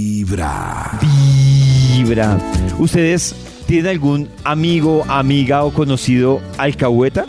Vibra. Vibra. ¿Ustedes tienen algún amigo, amiga o conocido alcahueta?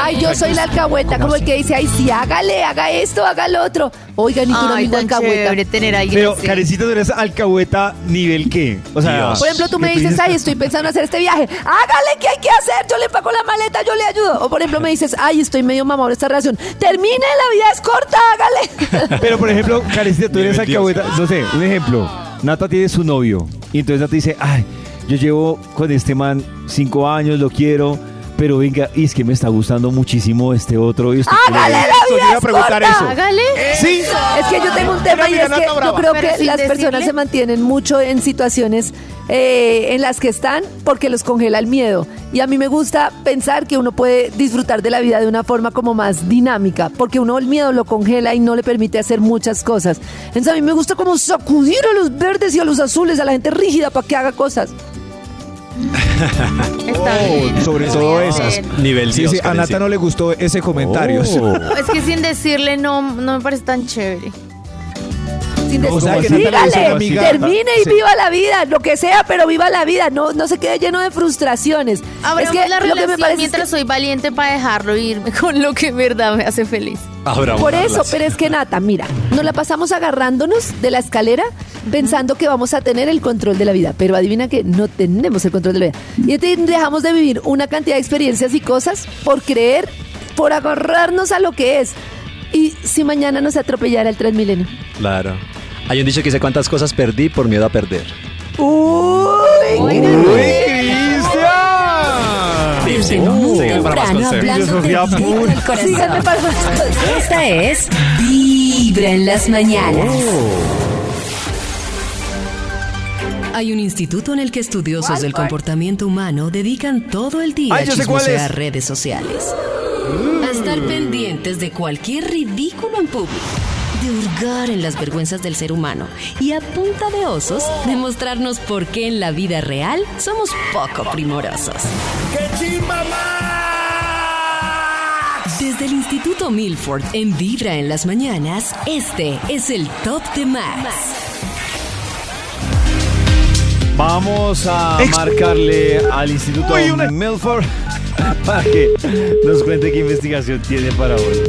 Ay, yo soy la alcahueta, como el que dice, ay, sí, hágale, haga esto, haga lo otro. Oigan, y tú no Ay, amigo tan alcahueta. chévere tener a alguien Pero, así. Karencita, ¿tú eres alcahueta nivel qué? O sea, Por ejemplo, tú me que dices, ay, estoy pensando hacer este viaje. Hágale, ¿qué hay que hacer? Yo le pago la maleta, yo le ayudo. O por ejemplo, me dices, ay, estoy medio mamado de esta relación. Termine, la vida es corta, hágale. Pero, por ejemplo, Karencita, tú eres Nivel Dios. alcahueta. No sé, un ejemplo. Nata tiene su novio. Y entonces Nata dice, ay, yo llevo con este man cinco años, lo quiero. Pero venga, y es que me está gustando muchísimo este otro. Y usted quiere Hágale, ver". Ah, la vida iba a es preguntar corta. eso. Hágale. Sí. Es que yo tengo un tema Mira, y mira, es que Nata yo Brava. creo Pero que sin las personas decirle. se mantienen mucho en situaciones eh, en las que están porque los congela el miedo. Y a mí me gusta pensar que uno puede disfrutar de la vida de una forma como más dinámica, porque uno el miedo lo congela y no le permite hacer muchas cosas. Entonces a mí me gusta como sacudir a los verdes y a los azules, a la gente rígida para que haga cosas. Está bien. Oh, sobre Muy todo bien. esas. Nivel Sí, Dios. sí, a Nata no le gustó ese comentario. Es que sin decirle no, no me parece tan chévere. Sin No, o sea, decir- que Natalia es una Dígale, amiga. termine y Sí. viva la vida, lo que sea, pero viva la vida, no, no se quede lleno de frustraciones. Ahora es que la lo que relación me parece es mientras que- soy valiente para dejarlo irme con lo que en verdad me hace feliz. Por eso, pero es que Nata, mira, nos la pasamos agarrándonos de la escalera pensando que vamos a tener el control de la vida, pero adivina que no tenemos el control de la vida. Y te- dejamos de vivir una cantidad de experiencias y cosas por creer, por agarrarnos a lo que es. Y si mañana nos atropellara el Transmilenio. Claro. Hay un dicho que dice cuántas cosas perdí por miedo a perder. ¡Uh! ¡Uy! Síganme para Temprano más consejos. hablándote Filosofía directo pura. al Síganme corazón. para más cosas. Esta es Vibra en las mañanas. Oh. Oh. Hay un instituto en el que estudiosos del comportamiento humano dedican todo el día Ay, a yo sé cuál chismosear es. Mm. redes sociales. A estar pendientes de cualquier ridículo en público. De hurgar en las vergüenzas del ser humano. Y a punta de osos, demostrarnos por qué en la vida real somos poco primorosos. Desde el Instituto Milford, en Vibra en las mañanas, este es el Top de Max. Vamos a marcarle al Instituto Milford para que nos cuente qué investigación tiene para hoy.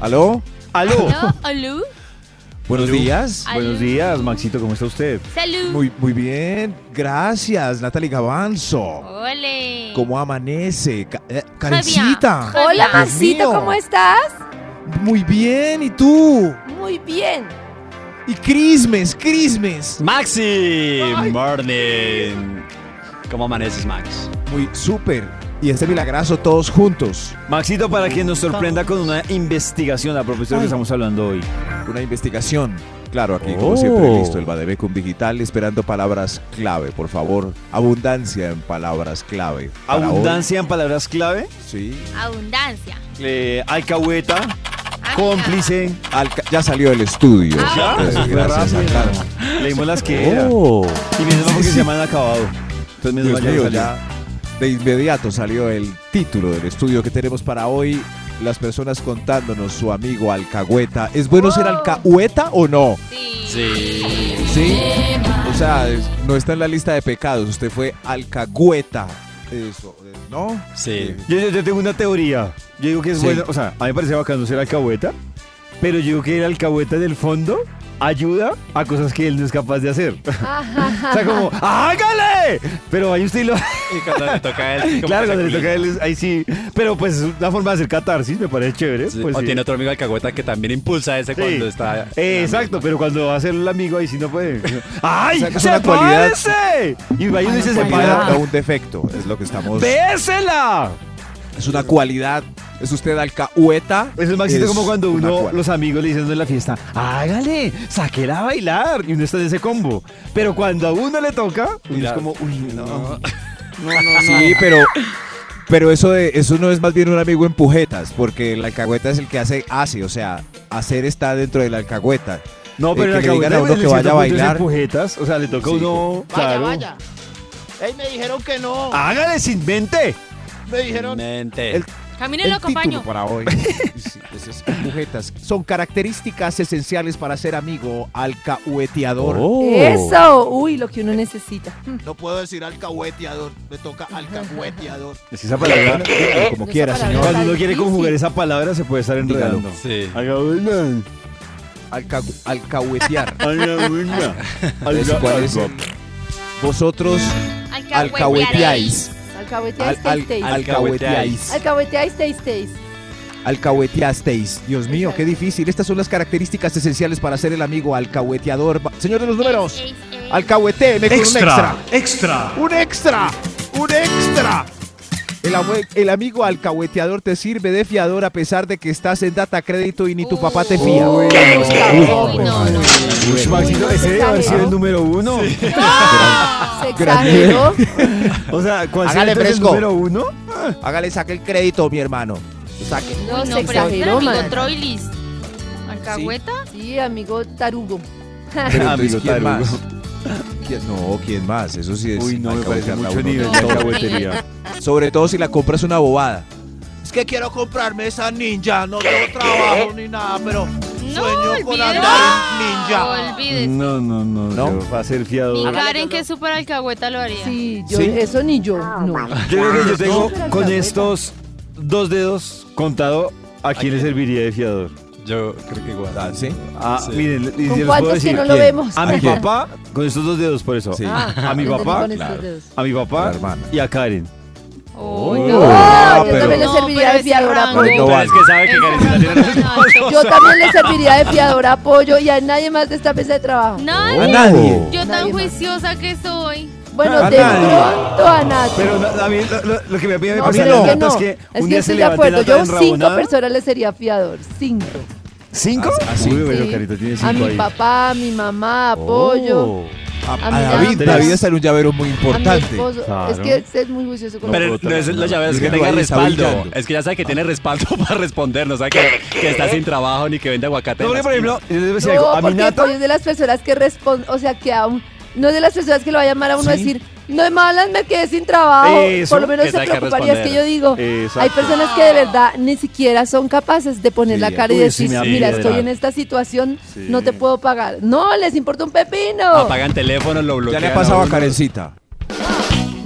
¿Aló? Aló. No, aló, Buenos días. Buenos días, Maxito, ¿cómo está usted? salud. Muy, muy bien. Gracias, Natalie Gavanzo. Ole. ¿Cómo amanece? Ca- eh, Karencita. Javier. Hola, Dios Maxito, mío. ¿cómo estás? Muy bien. ¿Y tú? Muy bien. Y Crismes, Crismes. Maxi, morning. ¿Cómo amaneces, Max? Muy súper. Y este milagrazo todos juntos. Maxito, para que nos sorprenda con una investigación a profesor que estamos hablando hoy. Una investigación. Claro, aquí como siempre Oh. listo el Bademecum Digital esperando palabras clave, por favor. Abundancia en palabras clave. Para hoy, Abundancia en palabras clave, Sí. Abundancia. eh, alcahueta, Amiga. Ah, cómplice, Alca- ya salió el estudio. Ah, Pues, fue gracias a rápido. Carmen. leímos las que era. Oh. Y menos mal porque se me han acabado. Entonces, menos Dios mal ya mío, salió. ya de inmediato salió el título del estudio que tenemos para hoy. Las personas contándonos su amigo Alcahueta. ¿Es bueno ser Alcahueta o no? Sí. Sí. Sí. O sea, es- no está en la lista de pecados. Usted fue Alcahueta. Eso, eh, ¿no? Sí. Yo, yo- yo tengo una teoría. Yo digo que es Sí. bueno. O sea, a mí me parece bacano ser alcahueta, pero yo digo que el alcahueta del fondo ayuda a cosas que él no es capaz de hacer. o sea, como, ¡hágale! Pero ahí usted lo. Y cuando le toca él. como claro, que se cuando le toca culina. a él, es- ahí sí. Pero pues es una forma de hacer catarsis, me parece chévere. Sí. pues, o sí. tiene otro amigo alcahueta que también impulsa ese Sí. cuando está. Eh, exacto, pero cuando va a ser el amigo ahí sí no puede. ¡Ay! O sea, que es ¡Se una cualidad- Y va y uno dice, se Cualidad, para. no un defecto, es lo que estamos. ¡Bésela! Es una cualidad. Es usted alcahueta. Eso es Maxito Es como cuando una uno, cual- los amigos le dicen en la fiesta, hágale, sáquela a bailar. Y uno está en ese combo. Pero cuando a uno le toca, uno es como, uy, no. Sí, pero. Pero eso, de, eso no es más bien un amigo en pujetas, porque el alcahueta es el que hace, hace, o sea, hacer está dentro del alcahueta. No, Eh, pero que en le la digan a cabueta, uno en que el vaya cierto a punto es bailar. empujetas, o sea, le toca a Sí. uno, Vaya, claro. vaya. Ey, me dijeron que no. Ah, Hágale sin mente. Me dijeron. Mente. El- Camine, El lo título acompaño. para hoy. Sí, pues esas agujetas. Son características esenciales para ser amigo alcahueteador. Oh. Eso, uy, lo que uno necesita. No puedo decir alcahueteador, me toca alcahueteador. Es esa palabra, como Esa quiera, palabra señor. Cuando uno está quiere difícil. conjugar esa palabra, se puede estar enredando. Sí. Algabuena, Alcahu- alcahuetear. algabuena, Entonces, ¿cuál es el- Vosotros alcahueteáis. Al- Alcahueteáis, al- teis, teis. alcahueteáis. Alcahueteáis, teis, teis. Alcahueteasteis. Dios mío, qué difícil. Estas son las características esenciales para ser el amigo alcahueteador. Va- Señor de los números, alcahueteeme con un extra. Eh. extra. ¡Un extra! ¡Un extra! El, abue- el amigo alcahueteador te sirve de fiador a pesar de que estás en data crédito y ni tu papá te fía. pues, Uy, no, no. Uy, Maxito, ese debe haber sido el número uno. Se exageró. O sea, ¿cuál sería Hágale entonces el fresco. número uno? Hágale, saque el crédito, mi hermano. Saque. No, se Uy, no, pero es el exageró, amigo man. Troilis. ¿Alcahueta? Sí, amigo tarugo. Pero entonces, Amigo ¿quién tarugo. más? ¿Quién- No, ¿quién más? Eso sí es. Uy, no, me parece alcahuetearla mucho uno. nivel de alcahuetería. Sobre todo si la compras una bobada. Es que quiero comprarme esa ninja, no tengo trabajo ni nada, pero No, olvídate. Olvídese. No, no, no, ¿No? yo, va a ser fiador. Ni Karen, que es súper alcahueta, lo haría. Sí, yo, Mm. ¿Sí? eso ni yo. No. Yo creo que yo No, tengo pero con alcahueta. estos dos dedos contado a quién le serviría de fiador. Yo creo que igual. Ah, ¿sí? Ah, Sí. miren, y ¿Con se los cuántos puedo que decir no lo quién. vemos? A mi ¿A quién? papá, con estos dos dedos, por eso. Sí. Ah, a mi entendí papá, con estos claro. dedos. Oh, A mi A papá la hermana. y a Karen. Uy, Uh, No, Ah, yo pero- también le No, serviría pero de ese fiadora a rango. pollo. No Pero vale. es que sabe que Karencita tiene Ah, Yo también le serviría de fiadora a pollo y a nadie más de esta mesa de trabajo. Nadie. A nadie. Yo tan Nadie más. juiciosa que soy. Bueno, A de nadie. pronto a nadie. Pero no, a mí lo, lo- lo que me No, pide me pasa pero la es que no. es que Es un que día se estoy de levanta acuerdo. la Yo tan cinco enrabonada. personas le sería fiador. Cinco. ¿Cinco? Ah, sí. Uy, bueno, Sí. Carito, tiene cinco A mi ahí. papá, a mi mamá, a Pollo, Oh. A A, a mi David. dama. David está en un llavero muy a mi importante. esposo. Claro. Es que este es muy juicioso con Pero otra, no es la llave, es que Dígalo tenga ahí, está respaldo. brillando. Es que ya sabe que tiene respaldo para responder, no sabe que, que está sin trabajo ni que vende aguacate. en No, porque, la por ejemplo, yo les voy a decir No, algo. A mi porque nata, Pollo es de las personas que responde, o sea, que aún no es de las personas que lo va a llamar a uno a decir, no de malas me quedé sin trabajo. Eso, Por lo menos que se sabe que preocuparía, es que responder. yo digo, Exacto. hay personas que de verdad ni siquiera son capaces de poner Sí, la cara y uy, sí decir, me da mira, piedra". estoy en esta situación, Sí. no te puedo pagar. No, les importa un pepino. Apagan teléfonos, lo Ya bloquean. le ha pasado a uno. Karencita.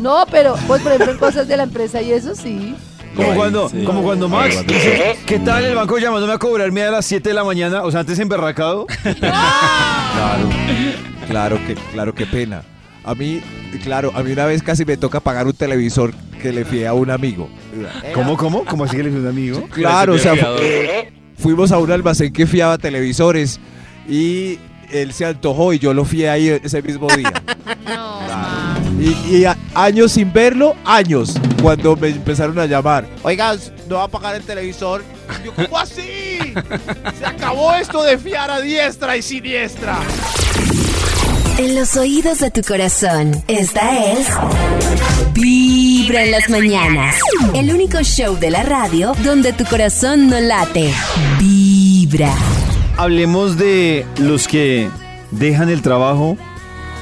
No, pero pues por ejemplo en cosas de la empresa y eso sí. como Sí, cuando, sí. como cuando Max dice, ¿qué tal el banco llamándome a cobrarme a las 7 de la mañana? O sea, antes emberracado. Claro, claro que, claro que pena. A mí, claro, a mí una vez casi me toca pagar un televisor que le fié a un amigo. ¿Cómo, cómo? ¿Cómo así que le hizo un amigo? Claro, o Parece sea, fiador. fu- fuimos a un almacén que fiaba televisores y él se antojó y yo lo fié ahí ese mismo día. No, Y, y a- años sin verlo, años, cuando me empezaron a llamar. Oigan, no va a pagar el televisor. Yo, ¿cómo así? Se acabó esto de fiar a diestra y siniestra. En los oídos de tu corazón, esta es Vibra en las mañanas. El único show de la radio donde tu corazón no late. Vibra. Hablemos de los que dejan el trabajo,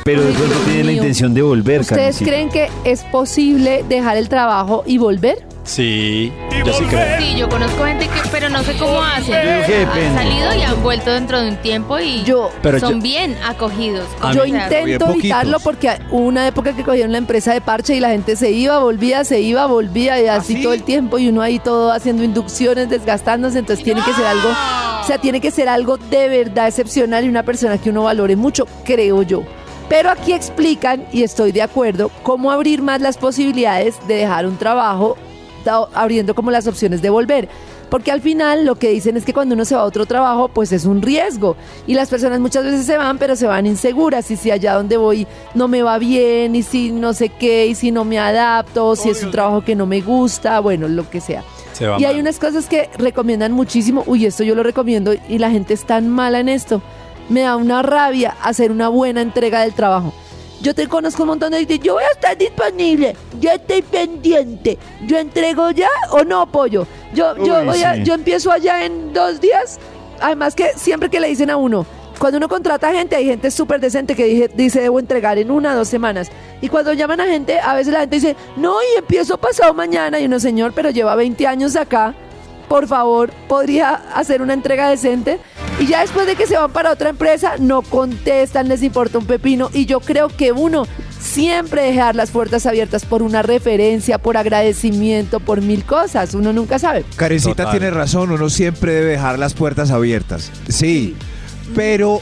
pero de Ay, pronto Dios tienen la mío. intención de volver, ¿Ustedes Karencita. creen que es posible dejar el trabajo y volver? Sí, yo sí creo. Sí, yo conozco gente que, pero no sé cómo hacen. Yo digo que Han depende. salido y han vuelto dentro de un tiempo y Yo Pero son yo- bien acogidos. A O Yo sea, bien intento poquitos. evitarlo porque hubo una época que cogieron la empresa de parche y la gente se iba, volvía, se iba, volvía y así ¿Ah, sí? todo el tiempo y uno ahí todo haciendo inducciones, desgastándose, entonces tiene que ser algo, o sea, tiene que ser algo de verdad excepcional y una persona que uno valore mucho, creo yo. Pero aquí explican, y estoy de acuerdo, cómo abrir más las posibilidades de dejar un trabajo, da- abriendo como las opciones de volver. Porque al final lo que dicen es que cuando uno se va a otro trabajo, pues es un riesgo. Y las personas muchas veces se van, pero se van inseguras. Y si allá donde voy no me va bien, y si no sé qué, y si no me adapto, o si es un trabajo que no me gusta, bueno, lo que sea. Se va Y hay mal. unas cosas que recomiendan muchísimo. Uy, esto yo lo recomiendo y la gente es tan mala en esto. Me da una rabia hacer una buena entrega del trabajo. Yo te conozco un montón de gente. Yo voy a estar disponible. Yo estoy pendiente. Yo entrego ya o no, pollo. Yo, yo, Uy, voy a- sí. yo empiezo allá en dos días. Además que siempre que le dicen a uno, Cuando uno contrata gente, hay gente súper decente que dije- dice, debo entregar en una, dos semanas. Y cuando llaman a gente, a veces la gente dice, no, y empiezo pasado mañana. Y uno, señor, pero lleva 20 años acá. Por favor, podría hacer una entrega decente. Y ya después de que se van para otra empresa, no contestan, les importa un pepino. Y yo creo que uno siempre dejar las puertas abiertas por una referencia, por agradecimiento, por mil cosas. Uno nunca sabe. Carecita Total. tiene razón, uno siempre debe dejar las puertas abiertas. Sí, pero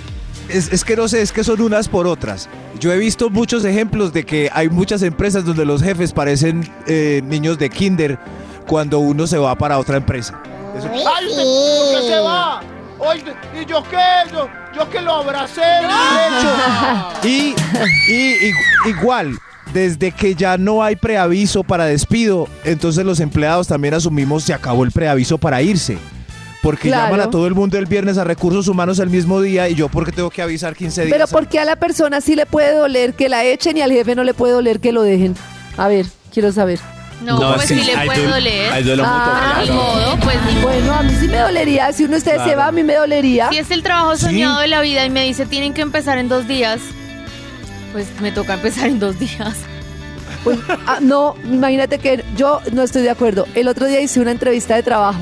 es, es que no sé, es que son unas por otras. Yo he visto muchos ejemplos de que hay muchas empresas donde los jefes parecen eh, niños de kinder cuando uno se va para otra empresa. Eso- ¡Ay, usted, ¿por qué se va? Ay, ¿Y yo qué? Yo, yo que lo abracé, lo he hecho. Y, y- y- igual, desde que ya no hay preaviso para despido, entonces los empleados también asumimos se acabó el preaviso para irse. Porque Claro. llaman a todo el mundo el viernes a recursos humanos el mismo día y yo porque tengo que avisar 15 días. Pero ¿por qué a la persona sí le puede doler que la echen y al jefe no le puede doler que lo dejen? A ver, quiero saber. No, pues sí, le hay puede duelo- doler. Hay duelo mutuo, Ah, Ni claro. modo, pues ni modo. Bueno, a mí sí me dolería. Si uno de ustedes se Claro. va, a mí me dolería. Si es el trabajo soñado de la vida y me dice tienen que empezar en dos días, pues me toca empezar en dos días. Pues, ah, no, imagínate que yo no estoy de acuerdo. El otro día hice una entrevista de trabajo.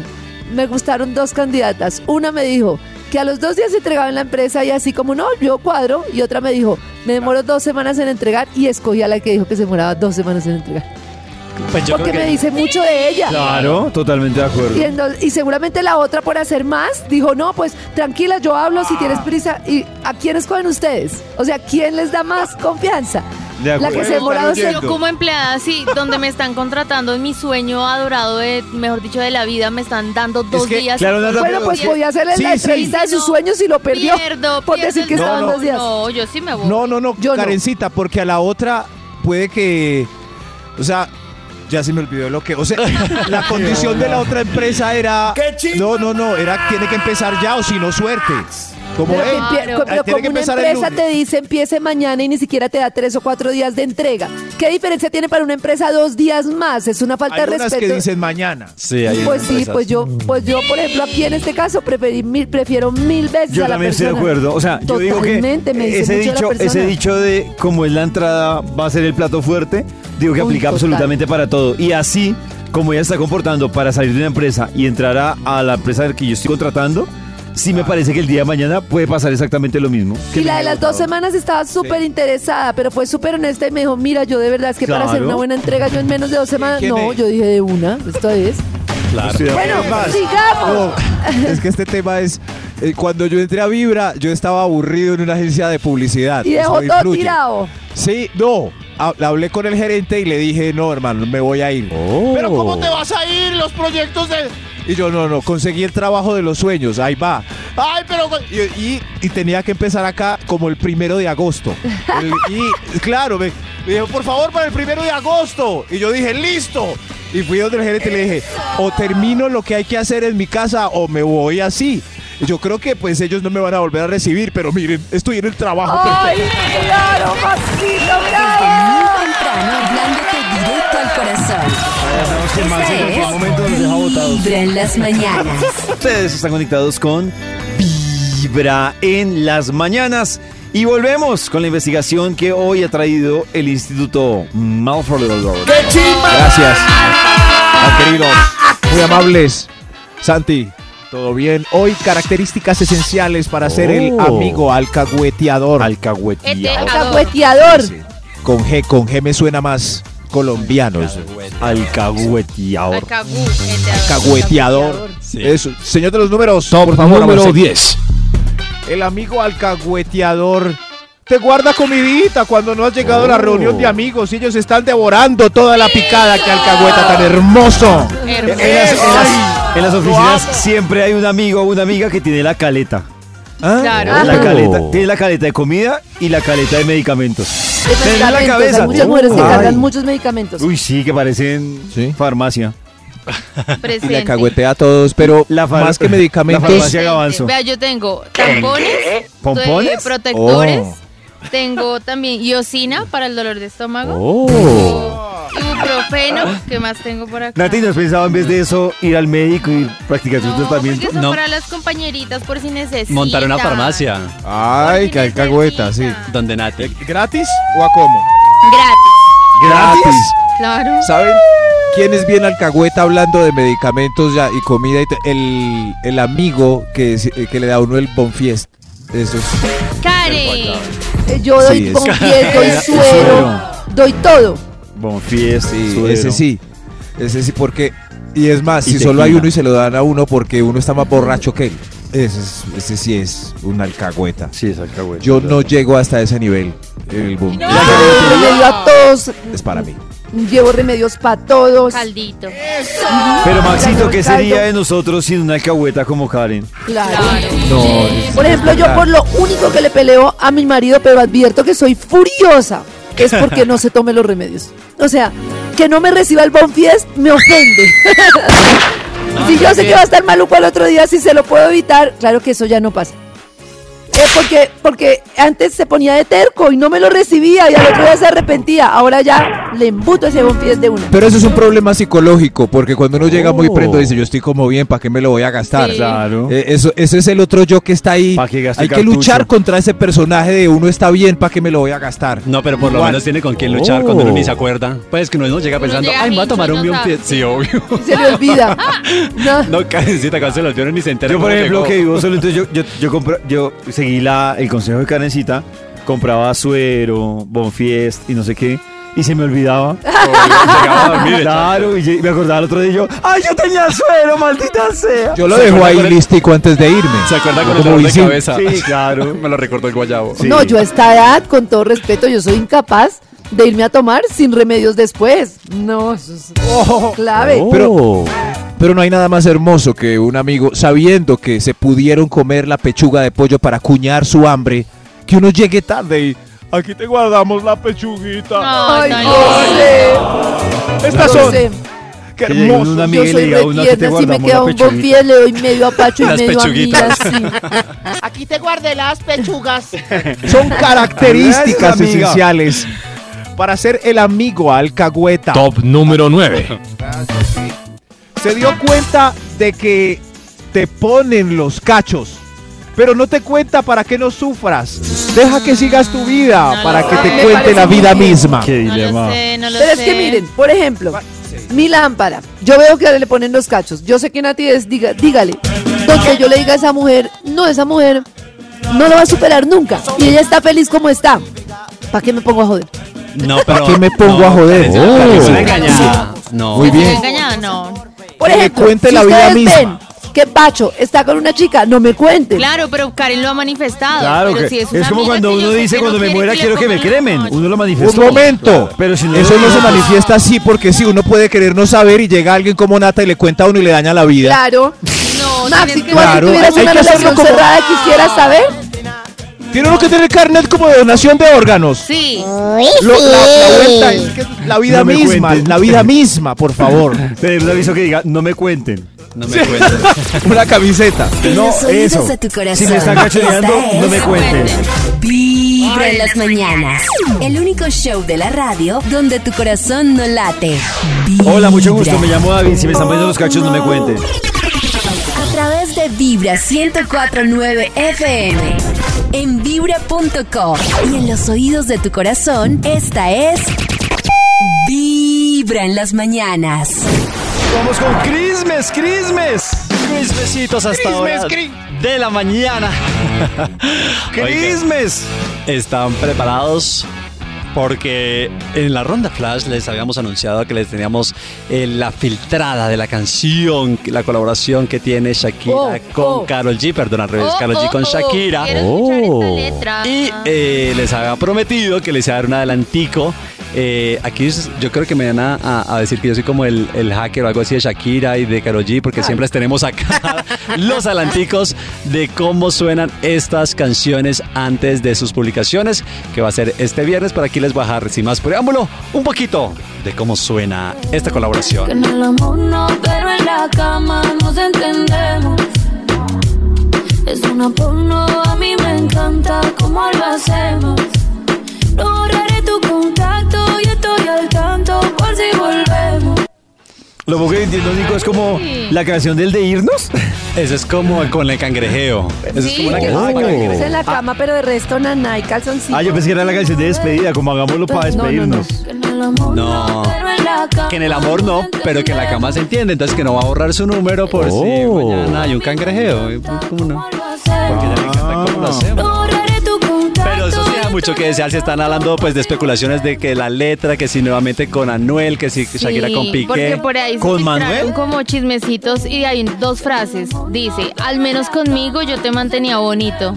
Me gustaron dos candidatas. Una me dijo que a los dos días se entregaba en la empresa y así como no, yo cuadro. Y otra me dijo, me demoro dos semanas en entregar y escogí a la que dijo que se demoraba dos semanas en entregar. Pues yo Porque creo me que- dice mucho de ella. Claro, totalmente de acuerdo. Y, endo- y seguramente la otra por hacer más dijo, no, pues tranquila, yo hablo si Ah. tienes prisa. ¿Y a quién escogen ustedes? O sea, ¿quién les da más confianza? De La que acuerdo. se demora dos Yo como empleada, sí, donde me están contratando en mi sueño adorado, de, mejor dicho, de la vida, me están dando dos que, días. claro, Nata, Dos Bueno, pues días. podía hacerle Sí, la sí. entrevista de Si sus no, sueños y lo perdió. Pierdo, por pierdo decir el que estaban trabajo. dos días. No, yo sí me voy. No, no, no, Yo no. Karencita, porque a la otra puede que. O sea, ya se me olvidó lo que. O sea, la condición de la otra empresa era. No, no, no, era tiene que empezar ya o si no, suerte. Como Pero, que "Ey, empie- Claro. pero Tiene que como una empezar el empresa lunes". te dice empiece mañana y ni siquiera te da tres o cuatro días de entrega. ¿Qué diferencia tiene para una empresa dos días más? Es una falta Hay de unas respeto. que dicen mañana. Sí, hay Pues sí, empresas. pues yo, pues yo, por ejemplo, aquí en este caso preferí mil- prefiero mil veces Yo a la también estoy persona. de acuerdo. O sea, yo digo que Totalmente, me dice ese mucho la dicho, ese persona. dicho de cómo es la entrada va a ser el plato fuerte, digo que Uy, aplica total. absolutamente para todo. Y así, como ella está comportando para salir de una empresa y entrar a, a la empresa que yo estoy contratando, sí me parece que el día de mañana puede pasar exactamente lo mismo. Ah. Y la de las dos semanas estaba súper interesada, pero fue súper honesta y me dijo, mira, yo de verdad es que para hacer Claro. una buena entrega yo en menos de dos semanas. ¿Quién No, es? yo dije de una, esto es. Claro. Estoy de Bueno, acuerdo. más? sigamos. No, es que este tema es. eh, cuando yo entré a Vibra, yo estaba aburrido en una agencia de publicidad. Y Eso dejó todo influye. tirado. Sí, no. ha- Hablé con el gerente y le dije, no, hermano, me voy a ir. Oh. Pero ¿cómo te vas a ir? Los proyectos de... Y yo, no, no, conseguí el trabajo de los sueños, ahí va. Ay, pero... Y, y- y tenía que empezar acá como el primero de agosto. El- y claro, me, me dijo, por favor, para el primero de agosto. Y yo dije, listo. Y fui donde el gerente y le dije, o termino lo que hay que hacer en mi casa o me voy así. Y yo creo que pues ellos no me van a volver a recibir, pero miren, estoy en el trabajo. ¡Ay, perfecto. claro, Maxito, bravo! Muy temprano, hablándote directo al corazón. Esta es Vibra en las mañanas. Ustedes están conectados con Vibra en las mañanas. Y volvemos con la investigación que hoy ha traído el Instituto Malford. ¡Qué Gracias. Ah, Queridos. Muy amables. Santi, ¿todo bien? Hoy características esenciales para ser el Oh. amigo alcahueteador. Este, Alcahuetía. Alcahueteador. Con G, con G me suena más colombiano. eso. Alcahueteador. Alcagú, este, Alcahueteador. Sí. Eso. Señor de los números, por favor. Número 10. El amigo alcahueteador te guarda comidita cuando no has llegado a la reunión de amigos. y Ellos están devorando toda la picada que alcahueta tan hermoso. En Hermoso. las, en las- Ay, en las lo oficinas amo. siempre hay un amigo o una amiga que tiene la caleta. ¿Ah? Claro. La Ajá. caleta. Tiene la caleta de comida y la caleta de medicamentos. De Tenés la medicamentos, cabeza, Hay muchas tú. mujeres que Ay. cargan muchos medicamentos. Uy, sí, que parecen Sí. farmacia. Y le Presente. alcahuetea a todos, pero La far- más que la medicamentos. farmacia Gavanzo. Vea, yo tengo tampones, ¿Pompones? eh, protectores, Oh. Tengo también iosina para el dolor de estómago. Oh. Tengo Ibuprofeno, ¿qué más tengo por acá? Nati, ¿no has pensado en vez de eso ir al médico y practicar No, tu porque tratamiento? son No. para las compañeritas por si necesitan. Montar una farmacia. Ay, que alcahueta, sí. Donde Nati. ¿Gratis o a cómo? Gratis, Gratis. claro. ¿Saben quién es bien alcahueta hablando de medicamentos ya y comida? Y t- el, el amigo que, es- eh, que le da a uno el bonfiest. Eso es. Karen. Eh, Yo doy Sí, es- pompié, doy Suero. suero, doy todo. Bonfies, Sí, suero. ese sí. Ese sí, porque. Y es más, Y si solo hay tequila. uno y se lo dan a uno porque uno está más borracho que él. Ese, es- ese sí es un alcahueta. Sí, es alcahuete. Yo no llego hasta ese nivel. El bonfiest Llevo remedio a todos, es para mí. llevo remedios para todos. Caldito. Pero Maxito, Caldo, ¿qué caldo. sería de nosotros sin una alcahueta como Karen? Claro. No, es- Por ejemplo, yo por lo único que le peleo a mi marido, pero advierto que soy furiosa, es porque no se tome los remedios. O sea, que no me reciba el Bonfiest me ofende. Ah, si yo sé que va a estar maluco al otro día, si se lo puedo evitar, claro que eso ya no pasa. Es porque, porque antes se ponía de terco y no me lo recibía y al otro día se arrepentía. Ahora ya le embuto ese Bonfiest de una. Pero eso es un problema psicológico, porque cuando uno llega muy Oh. prendo dice, yo estoy como bien, ¿para qué me lo voy a gastar? Sí. Claro. Eh, eso, ese es el otro yo que está ahí. Pa' que gaste Hay que cartucho. luchar contra ese personaje de uno está bien, ¿para qué me lo voy a gastar? No, pero por lo Igual. menos tiene con quién luchar Oh. cuando uno ni se acuerda. Pues que uno no llega Uno pensando, llega ay, me voy a hincho, tomar un no bien sabe". Sí, obvio. Se le olvida. No. No, Karencita, cuando se los vieron ni se enteran. Yo, por cómo ejemplo, llegó. que vivo solo, entonces yo, yo, yo, compra- yo seguí la, el consejo de Karencita, compraba suero, bonfiest y no sé qué, y se me olvidaba. Llegaba a dormir, Claro, y ye- me acordaba el otro día y yo, ¡ay, yo tenía suero, maldita sea! Yo lo ¿Se dejo acuerda ahí con el- listico antes de irme. ¿Se acuerda con el Como dolor de Vicín. cabeza? Sí, claro. Me lo recordó el guayabo. Sí. No, yo a esta edad, con todo respeto, yo soy incapaz de irme a tomar sin remedios después. No, eso es Oh. clave. Oh. Pero, pero no hay nada más hermoso que un amigo sabiendo que se pudieron comer la pechuga de pollo para cuñar su hambre, que uno llegue tarde y aquí te guardamos la pechuguita. Ay, Ay, no, José, Estas son. José, Qué Que llegue hermoso. una yo amiga y le soy diga a uno que te retierna, si me guardamos queda la un pechuguita. bonfiel le doy medio a Pacho y Las medio a mí, pechuguitas. así. Aquí te guardé las pechugas. Son características Gracias, amiga. esenciales para ser el amigo alcahueta. Top número 9. Se dio cuenta de que te ponen los cachos, pero no te cuenta para que no sufras. Deja que sigas tu vida No para lo que sé. te Me cuente parece la muy vida bien. misma. Qué No dilema. lo sé, no lo Ah. Pero es sé. que miren, por ejemplo, mi lámpara. Yo veo que ahora le ponen los cachos. Yo sé que Nati es, diga, dígale. Donde yo le diga a esa mujer, no, esa mujer no lo va a superar nunca. Y ella está feliz como está. ¿Para qué me pongo a joder? No, pero. qué me pongo no, a joder? Karencita, Oh. Karencita, una engañada. No. Muy bien. ¿Estoy engañada? No. Por Que le ejemplo, cuente si la vida ustedes misma. ven que Pacho está con una chica, no me cuenten. Claro, pero Karen lo ha manifestado. Claro, Pero que si es, una como amiga cuando que yo uno sé que dice no cuando me quiere muera le quiero que me pongan cremen. los Uno lo Un manifiesta. momento. Pero si no Eso lo no se digo- manifiesta así porque si uno puede querer no saber y llega alguien como Nata y le cuenta a uno y le daña la vida. Claro. No, Maxi, tienes que- Ah. tú si Claro, tuvieras hay una que hacerlo relación como- cerrada, quisieras saber. Tiene uno que tener carnet como de donación de órganos. Sí. Lo- la, la vuelta es que es la vida No me misma, cuenten. la vida misma, por favor. Pero un aviso que diga, no me cuenten. No me cuentes. Una camiseta. En No, los oídos eso. de tu corazón. Si me están cachoneando, Esta es no me cuenten. Vibra en las mañanas. El único show de la radio donde tu corazón no late. Hola, mucho gusto. Vibra. Me llamo David. Si me están poniendo los cachos, no me cuenten. A través de Vibra 104.9 FM. En vibra.com. Y en los oídos de tu corazón, esta es... Vibra en las mañanas. Vamos con Crismes, Crismes. Crismesitos hasta ahora de la mañana. Oigan, ¡Crismes! ¿Están preparados? Porque en la ronda Flash les habíamos anunciado que les teníamos eh, la filtrada de la canción, la colaboración que tiene Shakira Oh, con oh. Carol G, perdón, al revés, Oh, Karol G con oh, Shakira. Oh. Quiero escuchar esta letra. Y eh, les había prometido que les iba a dar un adelantico. Eh, aquí es- yo creo que me van a, a- a decir que yo soy como el, el hacker o algo así de Shakira y de Karol G, porque siempre tenemos acá los adelanticos de cómo suenan estas canciones antes de sus publicaciones, que va a ser este viernes. Por aquí les voy a dejar, sin más preámbulo, un poquito de cómo suena esta colaboración. En el amor no, pero en la cama nos entendemos. Es una porno, a mí me encanta cómo lo hacemos. No borraré tu contacto, yo estoy al tanto por si volvemos. Lo poco que entiendo, Nico, es como la canción del de irnos. Eso es como con el cangrejeo. Eso es Sí, como una que canción de es cangrejeo. en Ah. la cama, pero de resto nana y calzoncillo. Ah, yo pensé que era la canción de despedida, como hagámoslo para No, no, no. despedirnos. Que en el amor No. pero en la cama. Que en el amor no, pero que en la cama se entiende. Entonces que no va a borrar su número por si Oh. mañana hay un cangrejeo. Y, pues, ¿Cómo no? ¿Cómo lo hacemos? Porque ya me encanta Ah. cómo lo hacemos. No borraré tu contacto. Pero eso sí yo da mucho estoy que desear. Se al están tanto hablando pues de por si especulaciones de que la letra, que si nuevamente con Anuel, que si Shakira Sí, con Porque Piqué. por ahí se ¿Con filtraron Manuel? como chismecitos y hay dos frases. Dice, al menos conmigo yo te mantenía bonito.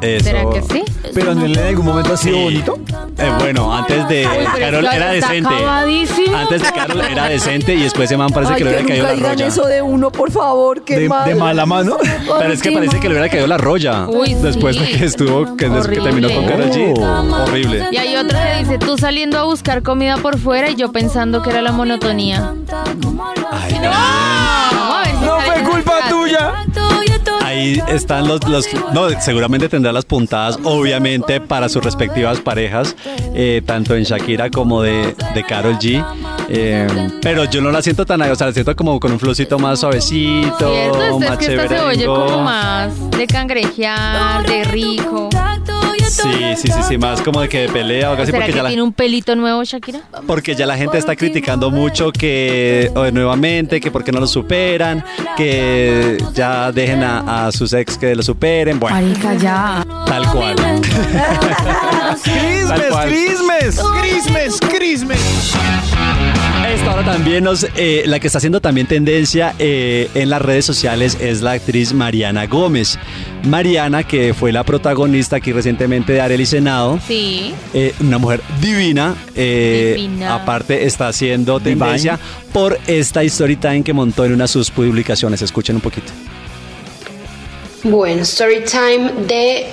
Eso. ¿Será que sí? Pero Anuel en algún momento ha sido Sí. bonito. Eh, bueno, antes de Uy, pero Carol es que era está decente. acabadísimo. Antes de Carol era decente y después ese man parece Ay, que que le hubiera caído nunca la digan roya. eso de uno, por favor, qué De, mal. de mala mano. Pero es que parece que le hubiera caído la roya. Uy, después sí. de que estuvo, que, des- que terminó con Karol G. Oh. Horrible. Y hay otra que dice, tú saliendo a buscar comida por fuera y yo pensando que era la monotonía. Ay, no. Vamos a ver si No está fue bien culpa esa tuya. Ahí están los, los- No, seguramente tendrá las puntadas, obviamente, para sus respectivas parejas, eh, tanto en Shakira como de, de Carol G. eh, pero yo no la siento tan. O sea, la siento como con un flowcito más suavecito, Cierto, Este es más que esta chévere. se oye como más de cangrejear, de rico. Sí, sí, sí, sí, más como de que de pelea o algo así, ¿Será porque que ya, la, tiene un pelito nuevo, Shakira? porque ya la gente está criticando mucho que o, nuevamente, que porque no lo superan, que ya dejen a, a sus ex que lo superen, bueno, Marica, ya. tal cual. Tal ¡Crismes, cual. crismes! Crismes, crismes. Esta ahora también nos, eh, la que está haciendo también tendencia eh, en las redes sociales es la actriz Mariana Gómez. Mariana, que fue la protagonista aquí recientemente de Arely Senado, Sí. eh, una mujer divina, eh, Divina. aparte está haciendo Divine. tendencia por esta story time que montó en una de sus publicaciones. Escuchen un poquito. Bueno, story time de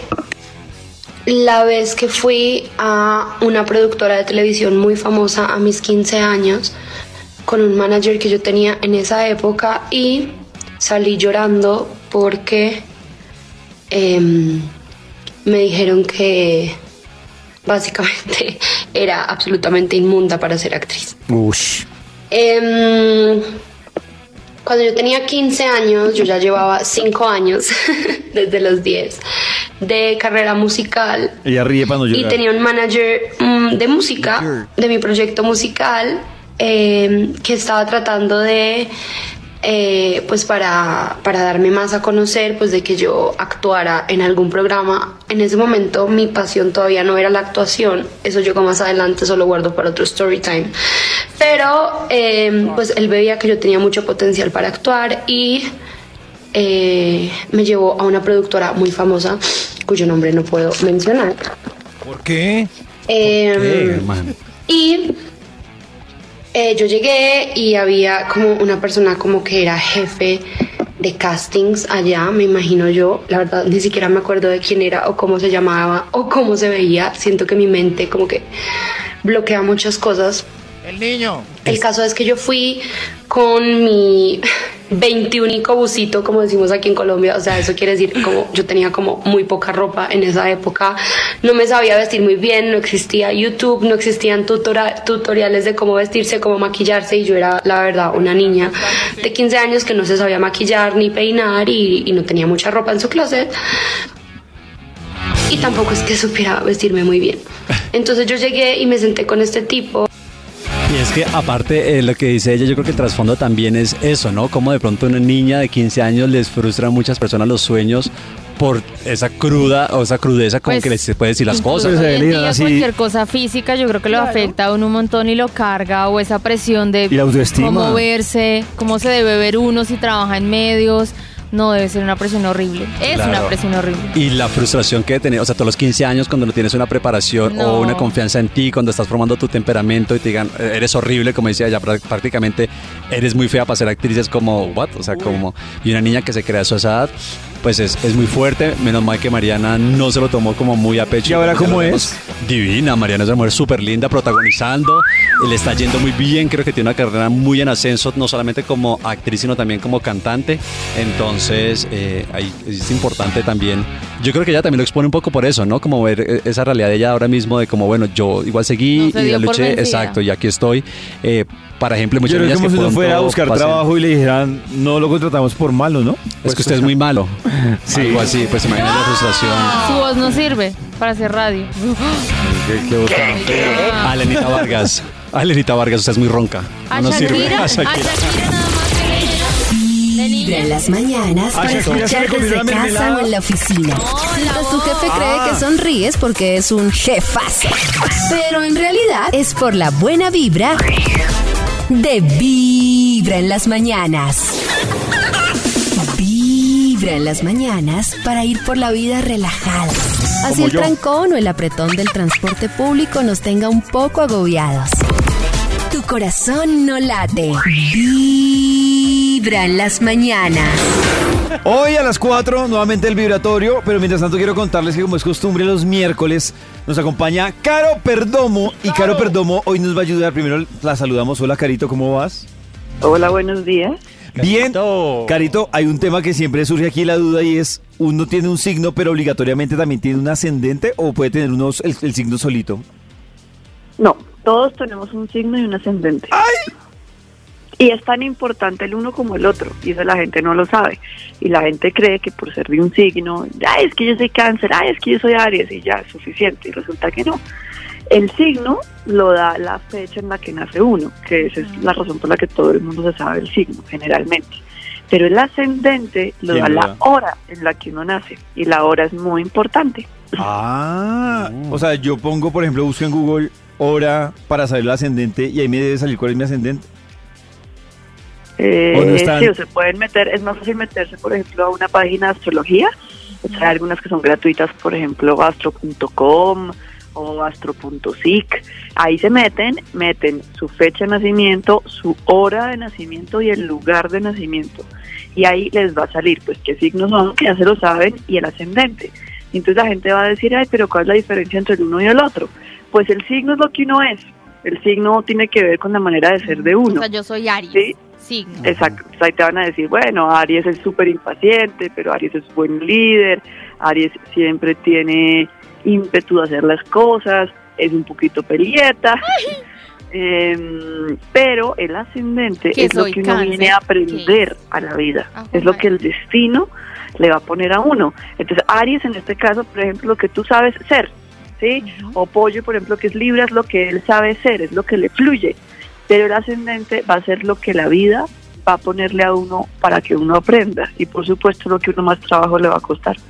la vez que fui a una productora de televisión muy famosa a mis 15 años con un manager que yo tenía en esa época y salí llorando porque em, me dijeron que básicamente era absolutamente inmunda para ser actriz. Em, cuando yo tenía 15 años, yo ya llevaba 5 años, desde los 10, de carrera musical Ella ríe para no y llorar. tenía un manager mm, de música, de mi proyecto musical, eh, que estaba tratando de, eh, pues para, para darme más a conocer, pues de que yo actuara en algún programa. En ese momento mi pasión todavía no era la actuación, eso llegó más adelante, solo guardo para otro story time. Pero eh, pues él veía que yo tenía mucho potencial para actuar y eh, me llevó a una productora muy famosa cuyo nombre no puedo mencionar. ¿Por qué? Eh, y eh, yo llegué y había como una persona como que era jefe de castings allá, me imagino yo. La verdad, ni siquiera me acuerdo de quién era o cómo se llamaba o cómo se veía. Siento que mi mente como que bloquea muchas cosas. El niño. El caso es que yo fui con mi 21 busito, como decimos aquí en Colombia. O sea, eso quiere decir como yo tenía como muy poca ropa en esa época. No me sabía vestir muy bien, no existía YouTube, no existían tutora- tutoriales de cómo vestirse, cómo maquillarse. Y yo era, la verdad, una niña de 15 años que no se sabía maquillar ni peinar y, y no tenía mucha ropa en su closet y tampoco es que supiera vestirme muy bien. Entonces yo llegué y me senté con este tipo. Y es que aparte eh, lo que dice ella, yo creo que el trasfondo también es eso, ¿no? Como de pronto una niña de 15 años les frustra a muchas personas los sueños por esa cruda o esa crudeza con Pues, que les se puede decir las Incluso cosas. hoy en Elena, día así- cualquier cosa física yo creo que lo afecta a uno un montón y lo carga o esa presión de Y la autoestima. cómo verse, cómo se debe ver uno si trabaja en medios. No, debe ser una presión horrible. Es Claro. una presión horrible. Y la frustración que tener, o sea, todos los 15 años cuando no tienes una preparación No. o una confianza en ti, cuando estás formando tu temperamento y te digan, "Eh, eres horrible, como decía ella, prá- prácticamente eres muy fea para ser actriz, es como, what? O sea, como, y una niña que se crea a su edad, pues es, es muy fuerte. Menos mal que Mariana no se lo tomó como muy a pecho. ¿Y ahora cómo es? Divina, Mariana es una mujer súper linda, protagonizando. Le está yendo muy bien, creo que tiene una carrera muy en ascenso, no solamente como actriz, sino también como cantante. Entonces, eh, ahí es importante también. Yo creo que ella también lo expone un poco por eso, ¿no? Como ver eh, esa realidad de ella ahora mismo, de como, bueno, yo igual seguí No se y la dio por luché, vencida. exacto, y aquí estoy. Eh, para ejemplo, muchas Yo creo que niñas como que si uno pronto fuera a buscar pasen- trabajo pues, y le dijeran, no lo contratamos por malo, ¿no? Es que usted es muy malo. Sí. Algo así, pues imagina la frustración. Su voz no sirve para hacer radio. Alenita Vargas. Alenita Vargas, usted es muy ronca. A No nos sirve. Shakira, A a Shakira. Shakira nada más. Vibra en las mañanas Ay, para Shakira, se escuchar me comió desde la casa mermelada. o en la oficina. Mientras tu jefe cree que sonríes porque es un jefazo. Pero en realidad es por la buena vibra de Vibra en las mañanas. Vibra en las mañanas para ir por la vida relajada. Así el trancón o el apretón del transporte público nos tenga un poco agobiados. Tu corazón no late. Vibra en las mañanas. Hoy a las 4, nuevamente el vibratorio, pero mientras tanto quiero contarles que como es costumbre los miércoles nos acompaña Caro Perdomo y Caro Perdomo hoy nos va a ayudar. Primero la saludamos. Hola Carito, ¿cómo vas? Hola, buenos días. Bien. Carito, hay un tema que siempre surge aquí la duda y es, ¿uno tiene un signo pero obligatoriamente también tiene un ascendente o puede tener unos, el, el signo solito? No, todos tenemos un signo y un ascendente. Y es tan importante el uno como el otro, y eso la gente no lo sabe. Y la gente cree que por ser de un signo, ay, es que yo soy cáncer, ay, es que yo soy Aries, y ya es suficiente, y resulta que no. El signo lo da la fecha en la que nace uno, que esa es la razón por la que todo el mundo se sabe el signo, generalmente. Pero el ascendente lo Sin da duda. la hora en la que uno nace, y la hora es muy importante. Ah, o sea, yo pongo, por ejemplo, busco en Google hora para saber el ascendente y ahí me debe salir cuál es mi ascendente. Eh, ¿O no están? Sí, o se pueden meter, es más fácil meterse, por ejemplo, a una página de astrología. O sea, hay algunas que son gratuitas, por ejemplo, astro.com o astro.sic. Ahí se meten, meten su fecha de nacimiento, su hora de nacimiento y el lugar de nacimiento. Y ahí les va a salir, pues, qué signos son, que ya se lo saben, y el ascendente. Y Entonces la gente va a decir, ay, pero ¿cuál es la diferencia entre el uno y el otro? Pues el signo es lo que uno es. El signo tiene que ver con la manera de ser de O uno. sea, yo soy Aries. Sí. Signo. Exacto, pues ahí te van a decir, bueno, Aries es súper impaciente, pero Aries es buen líder, Aries siempre tiene ímpetu de hacer las cosas, es un poquito pelieta, Em, pero el ascendente Que es lo soy que uno cáncer, viene a aprender a la vida, Ah, es lo joder. que el destino le va a poner a uno. Entonces, Aries en este caso, por ejemplo, lo que tú sabes ser, ¿sí? O Pollo, por ejemplo, que es Libra, es lo que él sabe ser, es lo que le fluye. Pero el ascendente va a ser lo que la vida va a ponerle a uno para que uno aprenda. Y por supuesto, lo que uno más trabajo le va a costar. Y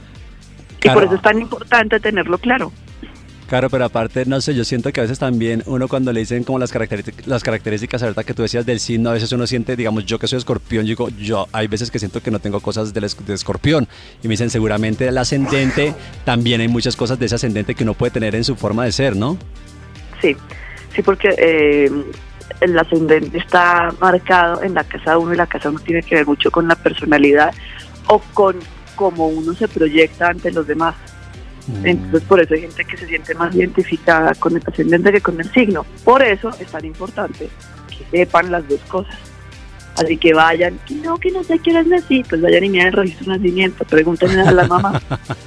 Claro. por eso es tan importante tenerlo claro. Claro, pero aparte, no sé, yo siento que a veces también uno cuando le dicen como las características, las características ahorita que tú decías del signo, a veces uno siente, digamos, yo que soy escorpión, yo digo, yo hay veces que siento que no tengo cosas del esc- de escorpión. Y me dicen, seguramente el ascendente, también hay muchas cosas de ese ascendente que uno puede tener en su forma de ser, ¿no? Sí, sí, porque eh, el ascendente está marcado en la casa uno y la casa uno tiene que ver mucho con la personalidad o con cómo uno se proyecta ante los demás. Entonces, por eso hay gente que se siente más identificada con el ascendente que con el signo. Por eso es tan importante que sepan las dos cosas. Así que vayan, que no, que no sé qué hora nací, pues vayan y miren el registro de nacimiento, pregúntenle a la mamá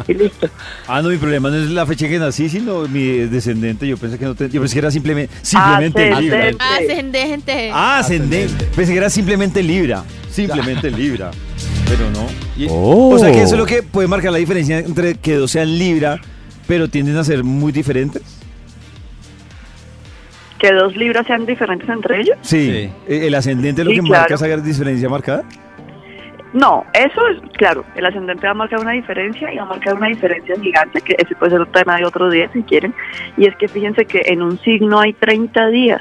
y listo. Ah, no, mi problema no es la fecha que nací, sino mi descendente. Yo pensé que no ten- yo pensé que era simplemente simplemente Ah, Libra. Ah, Ascendente. Ascendente. Ah, ascendente. Pensé que era simplemente Libra. Simplemente Libra. Pero no. Y- Oh. O sea que eso es lo que puede marcar la diferencia entre que dos sean Libra, pero tienden a ser muy diferentes. Que dos libras sean diferentes entre ellos. Sí. Sí. Eh, El ascendente es lo Sí, que marca claro. esa gran diferencia marcada. No, eso es claro. El ascendente va a marcar una diferencia y va a marcar una diferencia gigante, que ese puede ser un tema de otro día si quieren. Y es que fíjense que en un signo hay 30 días,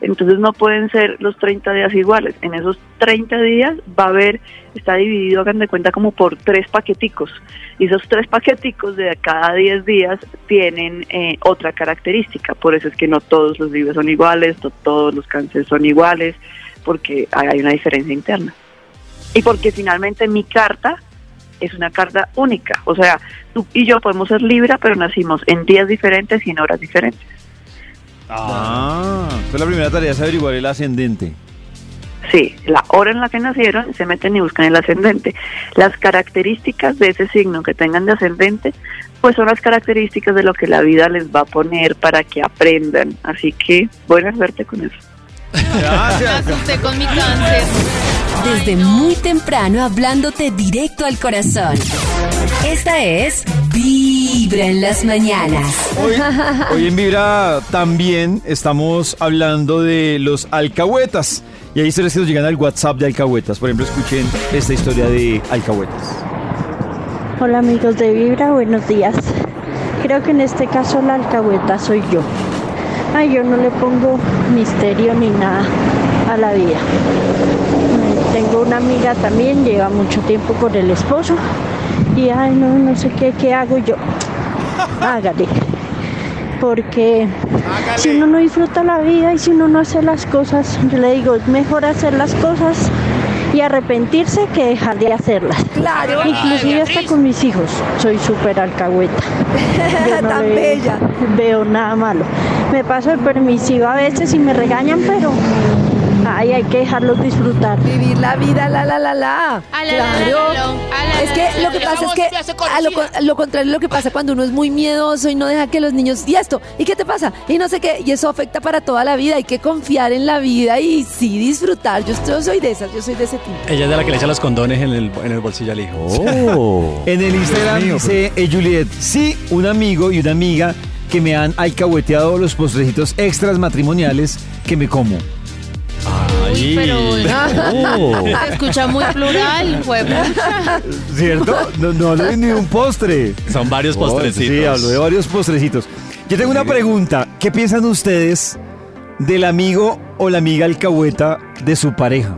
entonces no pueden ser los 30 días iguales. En esos 30 días va a haber, está dividido, hagan de cuenta, como por tres paqueticos. Y esos tres paqueticos de cada 10 días tienen eh, otra característica. Por eso es que no todos los libros son iguales, no todos los cánceres son iguales, porque hay hay una diferencia interna y porque finalmente mi carta es una carta única. O sea, tú y yo podemos ser Libra, pero nacimos en días diferentes y en horas diferentes. Ah, entonces la primera tarea es averiguar el ascendente. Sí, la hora en la que nacieron, se meten y buscan el ascendente. Las características de ese signo que tengan de ascendente, pues son las características de lo que la vida les va a poner para que aprendan. Así que buena suerte con eso. asusté con mi cáncer. Desde muy temprano hablándote directo al corazón. Esta es Vibra en las mañanas. Hoy en Vibra también estamos hablando de los alcahuetas. Y hay historias que nos llegan al WhatsApp de alcahuetas. Por ejemplo, escuchen esta historia de alcahuetas. Hola amigos de Vibra, buenos días. Creo que en este caso la alcahueta soy yo. Ay, yo no le pongo misterio ni nada a la vida. Mm, Tengo una amiga también, lleva mucho tiempo con el esposo y ay, no, no sé qué, qué hago yo. Hágale. Porque si uno no disfruta la vida y si uno no hace las cosas, yo le digo, es mejor hacer las cosas y arrepentirse que dejar de hacerlas. Claro. Inclusive hasta con mis hijos. Soy súper alcahueta. Yo no Tan le bella. Veo nada malo. Me paso de permisiva a veces y me regañan, pero ay, hay que dejarlos disfrutar. Vivir la vida, la la la la. A la, la, Claro. la, la, la, a la, Es la, que la, lo que la, pasa es la, que la, la, a lo, con- lo contrario de lo que pasa cuando uno es muy miedoso y no deja que los niños y esto y qué te pasa y no sé qué y eso afecta para toda la vida hay que confiar en la vida y sí disfrutar yo, yo soy de esas yo soy de ese tipo Ella es de la que le echa los condones en el, en el bolsillo al hijo. En el Instagram dice eh, Juliet, sí, un amigo y una amiga que me han alcahueteado los postrecitos extras matrimoniales que me como. Ay. Pero Oh. se escucha muy plural, fue pucha. ¿Cierto? No, no hablo de ni un postre. Son varios Oh, postrecitos. Sí, hablo de varios postrecitos. Yo tengo una pregunta. ¿Qué piensan ustedes del amigo o la amiga alcahueta de su pareja?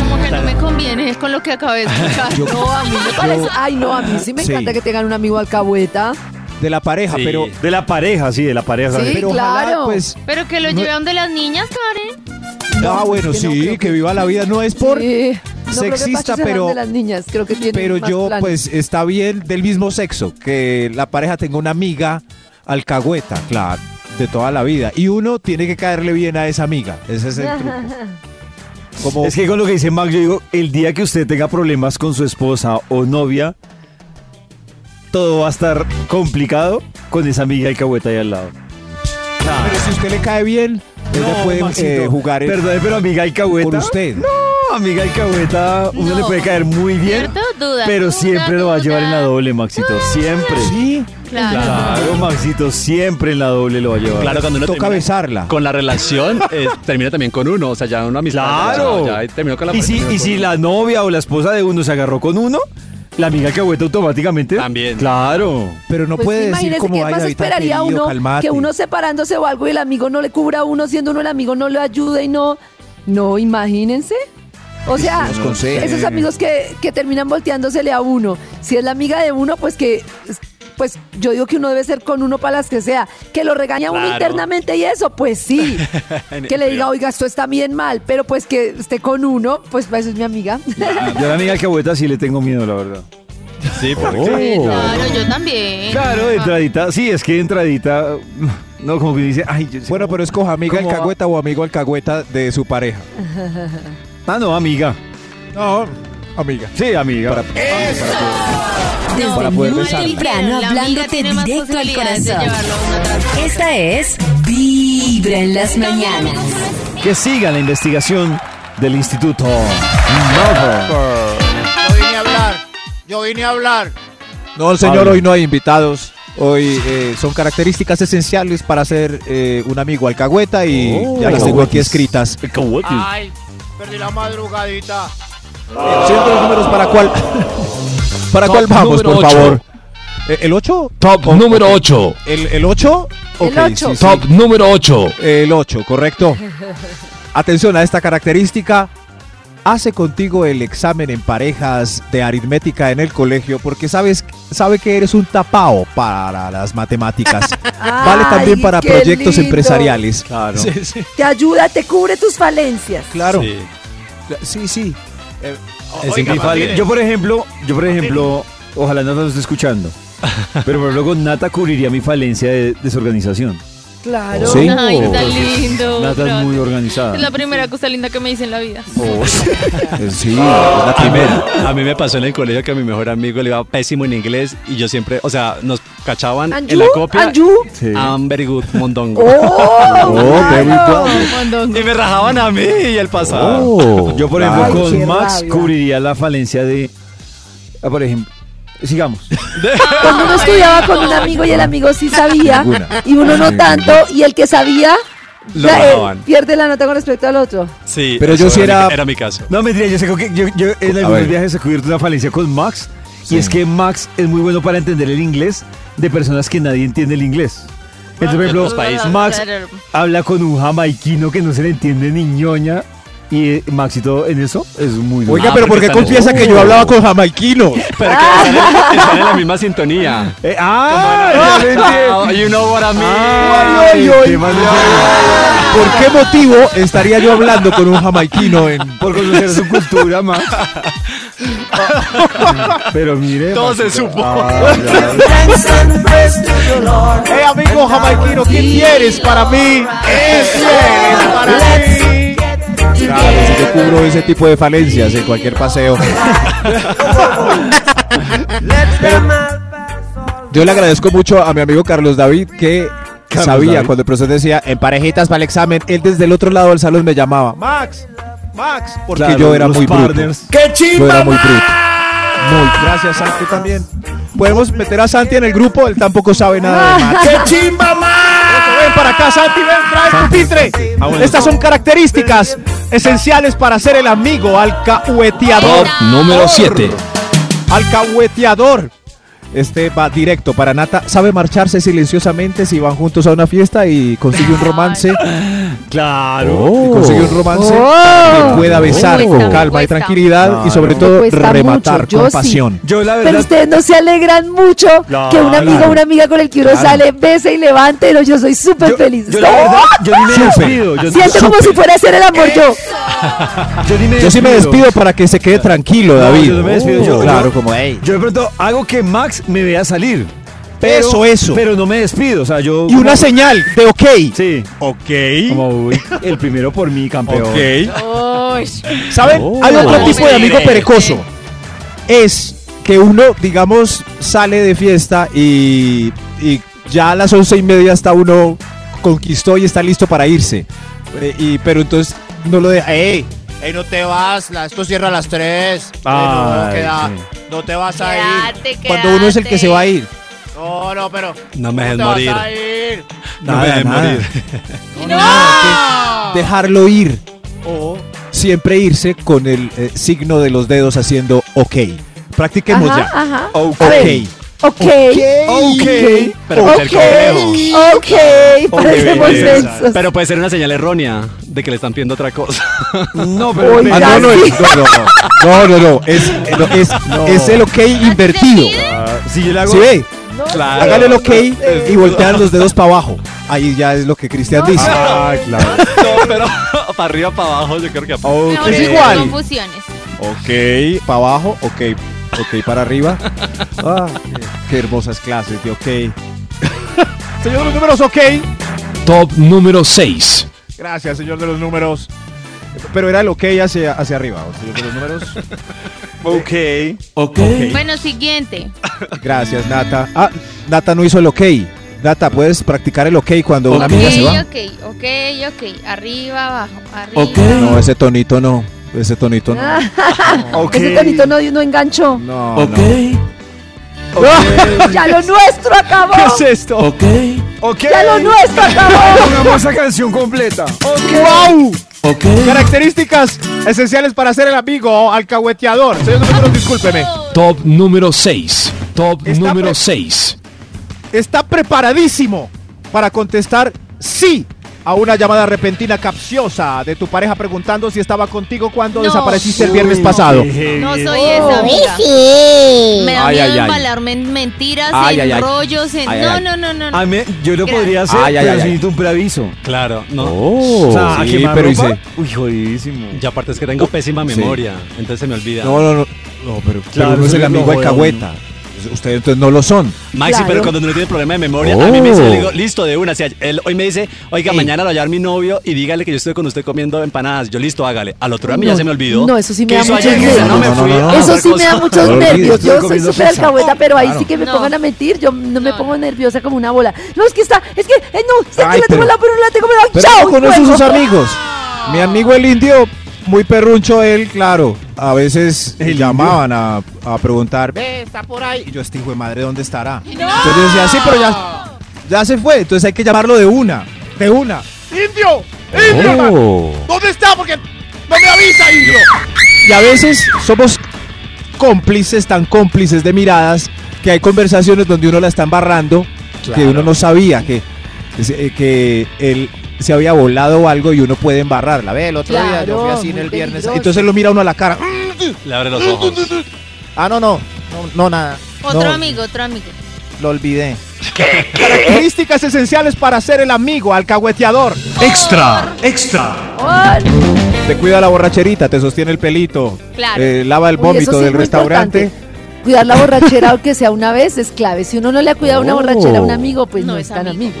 Como que no me conviene con lo que acabé de escuchar. no a mí me parece ay no a mí sí me Sí. encanta que tengan un amigo alcahueta De la pareja, Sí. pero. De la pareja, sí, de la pareja. sí pero ojalá, claro pues. Pero que lo No- lleve a donde las niñas, Karen. Ah, bueno, sí, que viva la vida. No es por. Sí. No creo que sexista, Pacho sea pero- de las niñas creo que tienen Pero más yo, planes. pues, está bien del mismo sexo. Que la pareja tenga una amiga alcahueta, claro, de toda la vida. Y uno tiene que caerle bien a esa amiga. Ese es el truco. Como, Es que con lo que dice Max, yo digo, el día que usted tenga problemas con su esposa o novia, todo va a estar complicado con esa amiga alcahueta ahí al lado. pero si usted le cae bien, ella puede Ah. Maxito, eh, jugar en- Perdón, pero amiga alcahueta. con usted. No, amiga alcahueta, uno No. le puede caer muy bien. ¿Cierto? Duda. Pero duda, siempre lo va a llevar en la duda. Ah, doble, Maxito. Siempre. Sí, Claro. Claro, Maxito, siempre en la doble lo va a llevar. Claro, cuando uno toca termina besarla. Con la relación, eh, termina también con uno. O sea, ya una amistad. Claro. Ya, ya terminó con la y si, terminó y con si uno. la novia o la esposa de uno se agarró con uno, la amiga alcahueta automáticamente. También. Claro. Pero no Pues puede sí, decir imagínese como qué hay más esperaría uno que uno separándose o algo y el amigo no le cubra a uno, siendo uno el amigo no le ayuda y no. No, imagínense. O sea, Los consejos. esos amigos que, que terminan volteándosele a uno. Si es la amiga de uno, pues que. Pues yo digo que uno debe ser con uno para las que sea. Que lo regaña a uno Claro. internamente y eso, pues sí. que le diga, oiga, esto está bien mal, pero pues que esté con uno, pues para eso es mi amiga. Yo a la amiga alcahueta sí le tengo miedo, la verdad. Oh. Sí, porque. Sí, Claro, yo también. Ah. Claro, de entradita. Sí, es que de entradita. No, como que dice, ay, yo Bueno, pero escoja amiga ¿Cómo va? alcahueta o amigo alcahueta de su pareja. Ah, no, amiga. No, amiga. Sí, amiga. Desde Para poder muy besarla. temprano La amiga hablándote tiene más directo al posibilidades de corazón. llevarlo a una atrás. Esta es Vibra en las mañanas. Que siga la investigación del Instituto Malfoy. Yo vine a hablar. Yo vine a hablar. No, señor, Pablo. hoy no hay invitados. Hoy eh, son características esenciales para ser eh, un amigo alcahueta y Oh. ya las tengo aquí Alcahuetes. escritas. Ay, perdí la madrugadita. Siempre los números para cuál. ¿Para Top cuál vamos, por número ocho. favor? Eh, ¿El 8? Top número 8. ¿El, el 8? El ocho. Top número 8. El 8, correcto. Atención a esta característica. Hace contigo el examen en parejas de aritmética en el colegio porque sabes sabe que eres un tapao para las matemáticas. vale también Ay, para qué proyectos lindo. empresariales. Claro. Sí, sí, Te ayuda, te cubre tus falencias. claro. Sí. Sí, sí. Eh, Es simplificar. Yo por ejemplo, yo por ejemplo, ojalá Nata nos esté escuchando. Pero por luego Nata cubriría mi falencia de desorganización. Claro. Sí. Ay, está Entonces, lindo. Nata es muy organizada. Es la primera cosa linda que me hice en la vida. Oh, Sí, Oh. a, mí, me- a mí me pasó en el colegio que a mi mejor amigo le iba pésimo en inglés y yo siempre, o sea, nos cachaban ¿And en la you? copia. ¿And you? Sí. I'm very good, mondongo. Oh, Oh, very claro. y me rajaban a mí y el pasado. Ah. Oh. Yo, por ejemplo, Ay, con qué Max rabia. cubriría la falencia de. ah, por ejemplo, sigamos. Cuando uno estudiaba con un amigo y el amigo sí sabía Ninguna. y uno no tanto y el que sabía Lo la- eh, bajaban. pierde la nota con respecto al otro. Sí, Pero yo eso sí mi- era- Era mi caso. No, mentira, yo sé que yo, yo en algunos ver. viajes he cubierto una falencia con Max. Y es que Max es muy bueno para entender el inglés de personas que nadie entiende el inglés. Entonces, por ejemplo, Ah, otros países. Max habla con un jamaiquino que no se le entiende ni ñoña. Y eh, Maxito en eso es muy bueno. Ah, Ah, Oiga, pero ¿por qué confiesa que yo hablaba con jamaiquinos? Pero que están en, están en la misma sintonía. ah, Como en- ya you know what I mean. Ay, ay, ay. ¿Por qué motivo estaría yo hablando con un jamaiquino en Por conocer su cultura, Max. Pero mire. Todo se supo. Ah, Hey amigo jamaiquino, ¿qué tienes para mí? ¿Qué tienes para mí? Claro, si yo cubro ese tipo de falencias en cualquier paseo. Yo le agradezco mucho a mi amigo Carlos David que Carlos sabía David. cuando el profesor decía en parejitas para el examen, él desde el otro lado del salón me llamaba. Max, Max, porque yo era muy bruto. ¡Qué Yo chimba! era muy bruto. Muy, gracias Santi también. Podemos meter a Santi en el grupo, él tampoco sabe nada de Max. ¡Qué chimba más! Ven para acá, Santi, ven, trae tu pitre. Ah, bueno. Estas son características esenciales para ser el amigo alcahueteador. número 7. Alcahueteador. Este va directo para Nata. Sabe marcharse silenciosamente si van juntos a una fiesta y consigue un romance. Claro. y consigue un romance Oh. que pueda besar Cuesta, con calma y cuesta. tranquilidad y sobre Claro. todo Cuesta rematar mucho, yo con sí. pasión. Yo la Pero verdad. ustedes no se alegran mucho Claro. que un amigo o una amiga con el que uno Claro. sale bese y levante. No, yo soy ¡Oh! súper feliz. Yo la verdad, yo ni me despido. Yo, Siento como si fuera a hacer el amor yo. yo ni me Yo sí me despido para que se quede tranquilo, No, David. Oh. yo no me despido, yo- claro, yo- como hey. Yo de pronto hago que Max me vea salir. Eso, eso. Pero no me despido, o sea, yo... Y una señal de ok. Sí. Ok. Como, uy, el primero por mí, campeón. Uy. ¿Saben? Oh. Hay otro Oh. tipo de amigo Sí. perecoso. Es que uno, digamos, sale de fiesta y, y ya a las once y media está uno conquistó y está listo para irse. Eh, y, pero entonces eh, no lo deja. ¡Ey! Ey, no te vas, la- esto cierra a las 3. Ay, no, queda- sí. no te vas a ir. Quédate, quédate. Cuando uno es el que se va a ir. No, no, pero. No me dejes no te morir. vas a ir. No me Nada, dejes nada. morir. ¡No! Ah. Dejarlo ir. Oh. Siempre irse con el eh, signo de los dedos haciendo ok. Practiquemos Ajá, ya. ajá. Ok. A ver. Ok. Ok. Pero con el complejo. Ok. Ok. Parecemos densos. Pero puede ser una señal errónea de que le están pidiendo otra cosa. No, pero... Oiga, Ah, no, no, sí. es- no, no, no, no, no, no, es, no, es, es el ok invertido. Ah, si yo le hago... ¿Sí ve? Claro. Hágale el ok y voltean los dedos para abajo. Ahí ya es lo que Cristian dice. Ah, claro. No, pero para arriba, para abajo, yo creo que para Me es volví con igual. Confusiones. Ok, para abajo, ok, ok, para arriba. Ah, qué, qué hermosas clases de ok. Señor de los números, ok. Top número 6. Gracias, señor de los números. Pero era el ok hacia, hacia arriba, señor de los números. Ok. Ok. Bueno, siguiente. Gracias, Nata. Ah, Nata no hizo el ok. Nata, puedes practicar el ok cuando una Ok. amiga se va. ok, ok, ok. Arriba, abajo, arriba. Ok. No, ese tonito no. Ese tonito no. Ah, Ok. Ese tonito no, no enganchó. No, Ok. no. Ya lo nuestro acabó. ¿Qué es esto? Ok. Ok. Ya lo nuestro acabó. Pongamos la canción completa. ¡Wow! Ok. Características esenciales para ser el amigo alcahueteador. Señor número, discúlpeme. Top número 6. Top Está número pre- 6. Está preparadísimo para contestar sí a una llamada repentina capciosa de tu pareja preguntando si estaba contigo cuando desapareciste el viernes Uy, pasado. No soy esa amiga. Me da miedo Ay, ay, ay. embalarme en mentiras, Ay, en ay, ay. rollos, en... Ay, no, ay. no, no, no, no. A mí- yo lo Gra- podría hacer, Ay, ay, pero ay, sí ay. necesito un preaviso. Claro, no. O sea, Sí, ¿a quemar pero ropa? hice- Uy, jodidísimo. Y aparte es que tengo pésima sí. memoria, entonces se me olvida. No, no, no. No, pero, Claro, pero uno es eso el es amigo lo alcahueta. Ustedes entonces no lo son. Maxi, Claro. pero cuando uno tiene problema de memoria, Oh. a mí me dice, le digo, listo, de una. Si a- él hoy me dice, oiga, mañana lo va a llevar mi novio y dígale que yo estoy con usted comiendo empanadas. Yo, listo, hágale. Al otro día a mí ya No, se me olvidó. No, eso sí me ¿Qué da hizo muchos ayer? Que nervios. dice, no, me fui a Eso otra sí me cosa". da muchos Claro. nervios. estoy Yo soy comiendo súper pizza. alcahueta, pero ahí sí que me No. pongan a mentir. Yo no me pongo nerviosa como una bola. No, es que está, es que, eh, no, es que Ay, la tengo pero- al lado, pero no la tengo. Pero, Pero ¡Chao! no conoce fuego! sus amigos. Mi amigo el indio, muy perruncho él, claro. A veces llamaban a, a preguntar. Ve, está por Y ahí. yo, este hijo de madre, ¿dónde estará? Entonces yo decía, "Ah, sí, pero ya, ya se fue. Entonces hay que llamarlo de una. De una. ¡Indio! ¡Indio! ¿Dónde está? Porque no me avisa, indio. Y a veces somos cómplices, tan cómplices de miradas, que hay conversaciones donde uno la está embarrando, que Claro. uno no sabía que, eh, que él se había volado o algo y uno puede embarrarla. Ve, el otro día yo fui Claro, así en muy el viernes. peligroso. Entonces lo mira uno a la cara. Le abre los ojos. Ah, no, no. No, no, nada. Otro No, amigo, otro amigo. Lo olvidé. Características esenciales para ser el amigo, alcahueteador. Extra, extra. Te cuida la borracherita, te sostiene el pelito. Claro. eh, lava el Uy, eso vómito sí es del muy restaurante. Cuidar la borrachera, aunque sea una vez, es clave. Si uno no le ha cuidado una Oh. borrachera a un amigo, pues no, es tan amigo.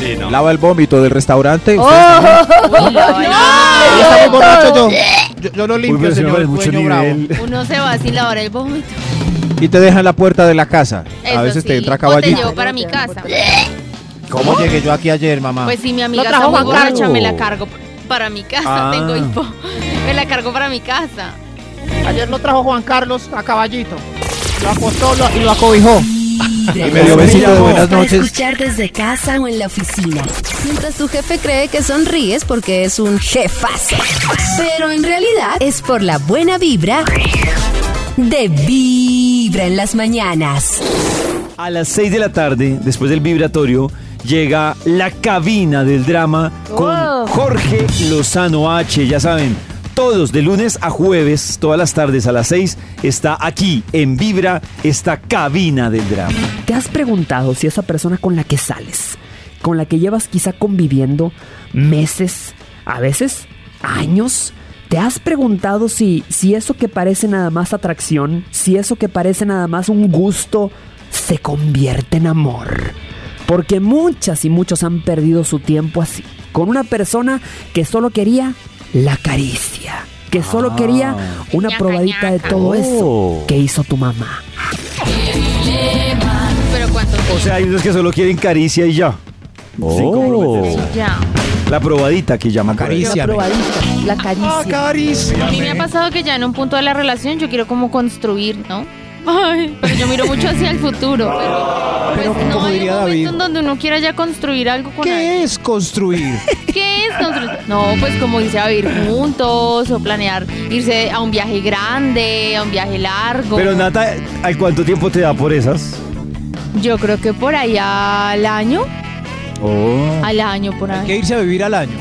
Sí, no. Lava el vómito del restaurante. ¡Oh! Ustedes también. Uy, Yo estaba no, borracho, no. yo. Yo, yo lo limpio, pero se me señor. parece mucho dueño bravo. nivel. Uno se va sin lavar el vómito. Y te deja en la puerta de la casa. Eso a veces sí. te entra O te caballito. llevo para mi casa. ¿Cómo llegué yo aquí ayer, mamá? Pues si mi amiga Lo está trajo muy Juan Carlos. borracha, me la cargo para mi casa. Ah. Tengo hipo. Me la cargo para mi casa. Ayer lo trajo Juan Carlos a caballito. Lo acostó lo- y lo acobijó. Y me dio besito de buenas Para noches. escuchar desde casa o en la oficina. Mientras tu jefe cree que sonríes porque es un jefazo. Pero en realidad es por la buena vibra de Vibra en las mañanas. A las 6 de la tarde, después del vibratorio, llega la cabina del drama Oh. con Jorge Lozano H. Ya saben, todos de lunes a jueves, todas las tardes a las 6, está aquí en Vibra esta cabina del drama. ¿Te has preguntado si esa persona con la que sales, con la que llevas quizá conviviendo meses, a veces años, te has preguntado si, si eso que parece nada más atracción, si eso que parece nada más un gusto, se convierte en amor? Porque muchas y muchos han perdido su tiempo así, con una persona que solo quería la caricia, que solo quería una probadita de todo eso que hizo tu mamá. Pero cuánto O sea, hay unos que solo quieren caricia y ya. Sin comprometerse. ya. La probadita que llaman por ahí. La probadita, la Ah, caricia. A mí me ha pasado que ya en un punto de la relación yo quiero como construir, ¿no? Ay, pero yo miro mucho hacia el futuro. Pero, Pero pues, no como hay diría un David. momento en donde uno quiera ya construir algo con alguien. ¿Qué es construir? ¿Qué es construir? No, pues como irse a vivir juntos o planear irse a un viaje grande, a un viaje largo. Pero Nata, ¿al cuánto tiempo te da por esas? Yo creo que por ahí al año, al año por ahí. ¿Qué irse a vivir al año?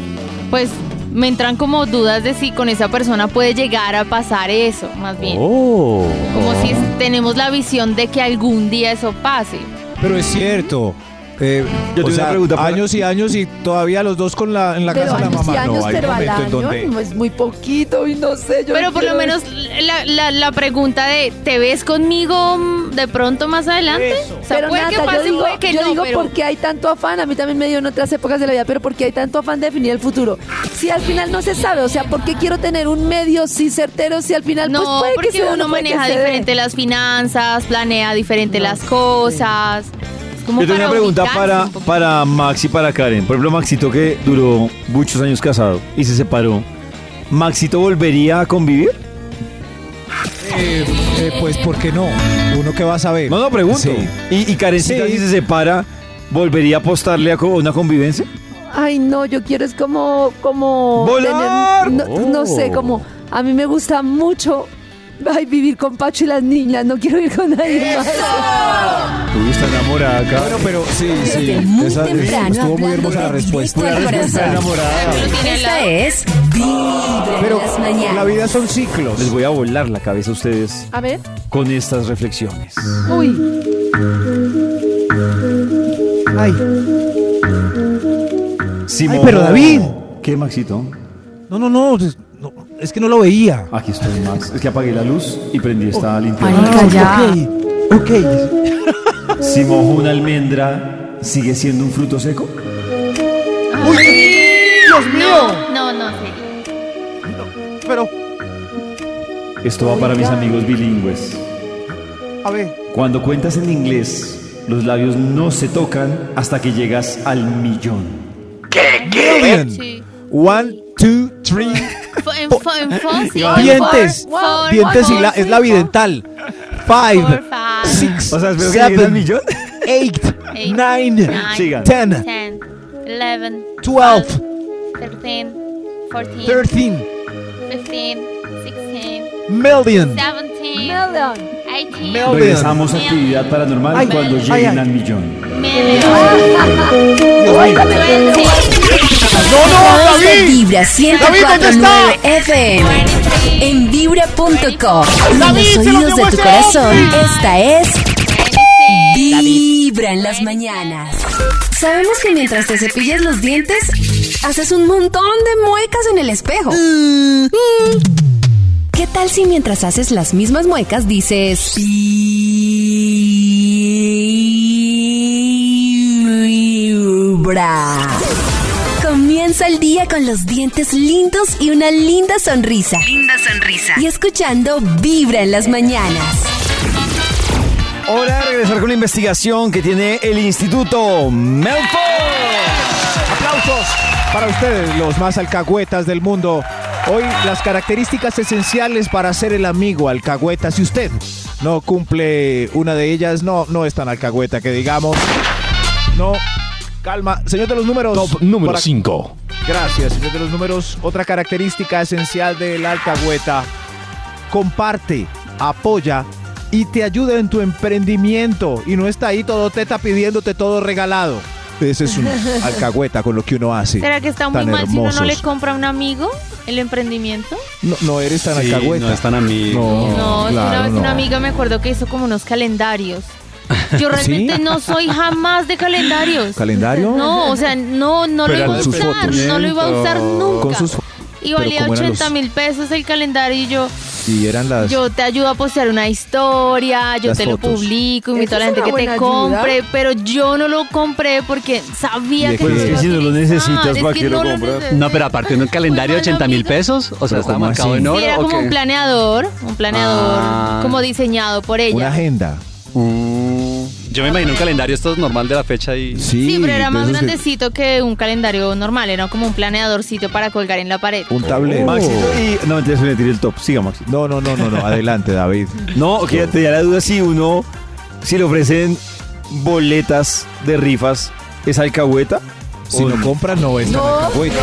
Pues me entran como dudas de si con esa persona puede llegar a pasar eso, más bien. Oh. Como si es- tenemos la visión de que algún día eso pase. Pero es cierto. Eh, Yo o tengo sea, una pregunta para- años y años y todavía los dos con la, en la pero casa de la años mamá. y años, no, hay un pero al momento en año donde... no es muy poquito y no sé. Yo Pero no por lo quiero menos la, la- la pregunta de ¿te ves conmigo mm, de pronto más adelante? O sea, pero puede nada, que yo pase, digo, puede que yo no, digo pero- porque hay tanto afán, a mí también me dio en otras épocas de la vida, pero porque hay tanto afán de definir el futuro. Si al final no se sabe, o sea, ¿por qué quiero tener un medio sí certero si al final No, pues puede que porque se dé o uno no puede que maneja se dé? diferente las finanzas, planea diferente las cosas. Es como Yo tengo una para pregunta ubicarse para, un poco. para Max y para Karen. Por ejemplo, Maxito que duró muchos años casado y se separó. ¿Maxito volvería a convivir? Eh, eh, pues, ¿por qué no? Uno que va a saber. No, no, pregunto. Sí. ¿Y, y Karencita Sí. si se separa, volvería a apostarle a co- una convivencia? Ay, no, yo quiero es como como ¡Volar! tener- no, no Oh. sé, como a mí me gusta mucho ay, vivir con Pacho y las niñas, no quiero ir con nadie más. está enamorada acá. Bueno, pero sí, sí. Desde muy Esa, temprano estuvo muy hablando hermosa la de respuesta. directo al Pura respuesta corazón. enamorada. Esta es Vibra en Pero las mañanas. la vida son ciclos. Les voy a volar la cabeza a ustedes A ver. con estas reflexiones. Uy. Ay, Si Ay, pero mojó- David. ¿Qué, Maxito? no, no, no, es- no, Es que no lo veía. Aquí estoy, Max. Es que apagué la luz y prendí esta linterna. Ah, Ok, ok. Si mojó una almendra, ¿sigue siendo un fruto seco? ¡Dios mío! No, no, sí. Pero, Esto va para mis amigos bilingües. a ver. Cuando cuentas en inglés, los labios no se tocan hasta que llegas al millón. Million. Sí. One, two, three. Fo- En, fo- en fo- sí, en Dientes. for- for- Dientes y la, for- es la vidental. for five, Five, six, O sea, espero que llegue al seven, millón. eight, Eight, nine, nine, Sigan. ten, ten, eleven, twelve, thirteen, fourteen, thirteen, fifteen, sixteen, million. seventeen, Melon. eighteen, Mel- Regresamos a actividad paranormal Ay, cuando ay, lleguen ay. al millón. million, twenty, Voz de Vibra 1049 FM twenty-three, en vibra.com. En David, los se lo oídos llevó de tu ese corazón, esta es twenty-six. Vibra en las mañanas. Sabemos que mientras te cepillas los dientes, haces un montón de muecas en el espejo. Mm. ¿Qué tal si mientras haces las mismas muecas dices Vibra? Comienza el día con los dientes lindos y una linda sonrisa. Linda sonrisa. Y escuchando Vibra en las mañanas. Ahora regresar con la investigación que tiene el Instituto Melford. Aplausos para ustedes, los más alcahuetas del mundo. Hoy las características esenciales para ser el amigo alcahueta. Si usted no cumple una de ellas, no, no es tan alcahueta que digamos. No, calma. Señor de los números. Top número para- 5. Gracias, señor de los números. Otra característica esencial del alcahueta. Comparte, apoya y te ayuda en tu emprendimiento. Y no está ahí todo teta pidiéndote todo regalado. Ese es un alcahueta con lo que uno hace. ¿Será que está muy Tan mal si uno no le hermosos. compra a un amigo el emprendimiento? No, no eres tan Sí, alcahueta. no es tan amigo. No, es que claro, una vez no. una amiga me acuerdo que hizo como unos calendarios. Yo realmente no soy jamás de calendarios. ¿Calendario? No, o sea, no, no lo iba Pero a con sus usar, fotos. no lo iba a usar nunca. Con sus- y pero valía ¿cómo eran 80 los- mil pesos el calendario y yo, Y eran las. yo te ayudo a postear una historia, yo Las te fotos. lo publico, Esa invito a la es gente una que te buena ayuda. compre, pero yo no lo compré porque sabía ¿De que qué? no Pues lo iba es que a si no lo utilizar, necesitas, es ¿para que qué lo no lo compras? necesito. No, pero aparte de un calendario de 80 mil pesos, o sea, Pero está ¿cómo marcado así? en oro. Sí, era ¿o como qué? un planeador, un planeador Ah. como diseñado por Una ella. agenda. Mm. Yo me imagino un calendario, esto es normal de la fecha y... Sí, Sí, pero era de más esos que- grandecito que... un calendario normal, era como un planeadorcito para colgar en la pared. Un Oh. tablero. Maxito y... No, entonces le tiré el top. Siga, Maxito. No, no, no, no, no. Adelante, David. No, que te da la duda si uno... Si le ofrecen boletas de rifas, ¿es alcahueta? Si O no compra, no es tan No. alcahueta.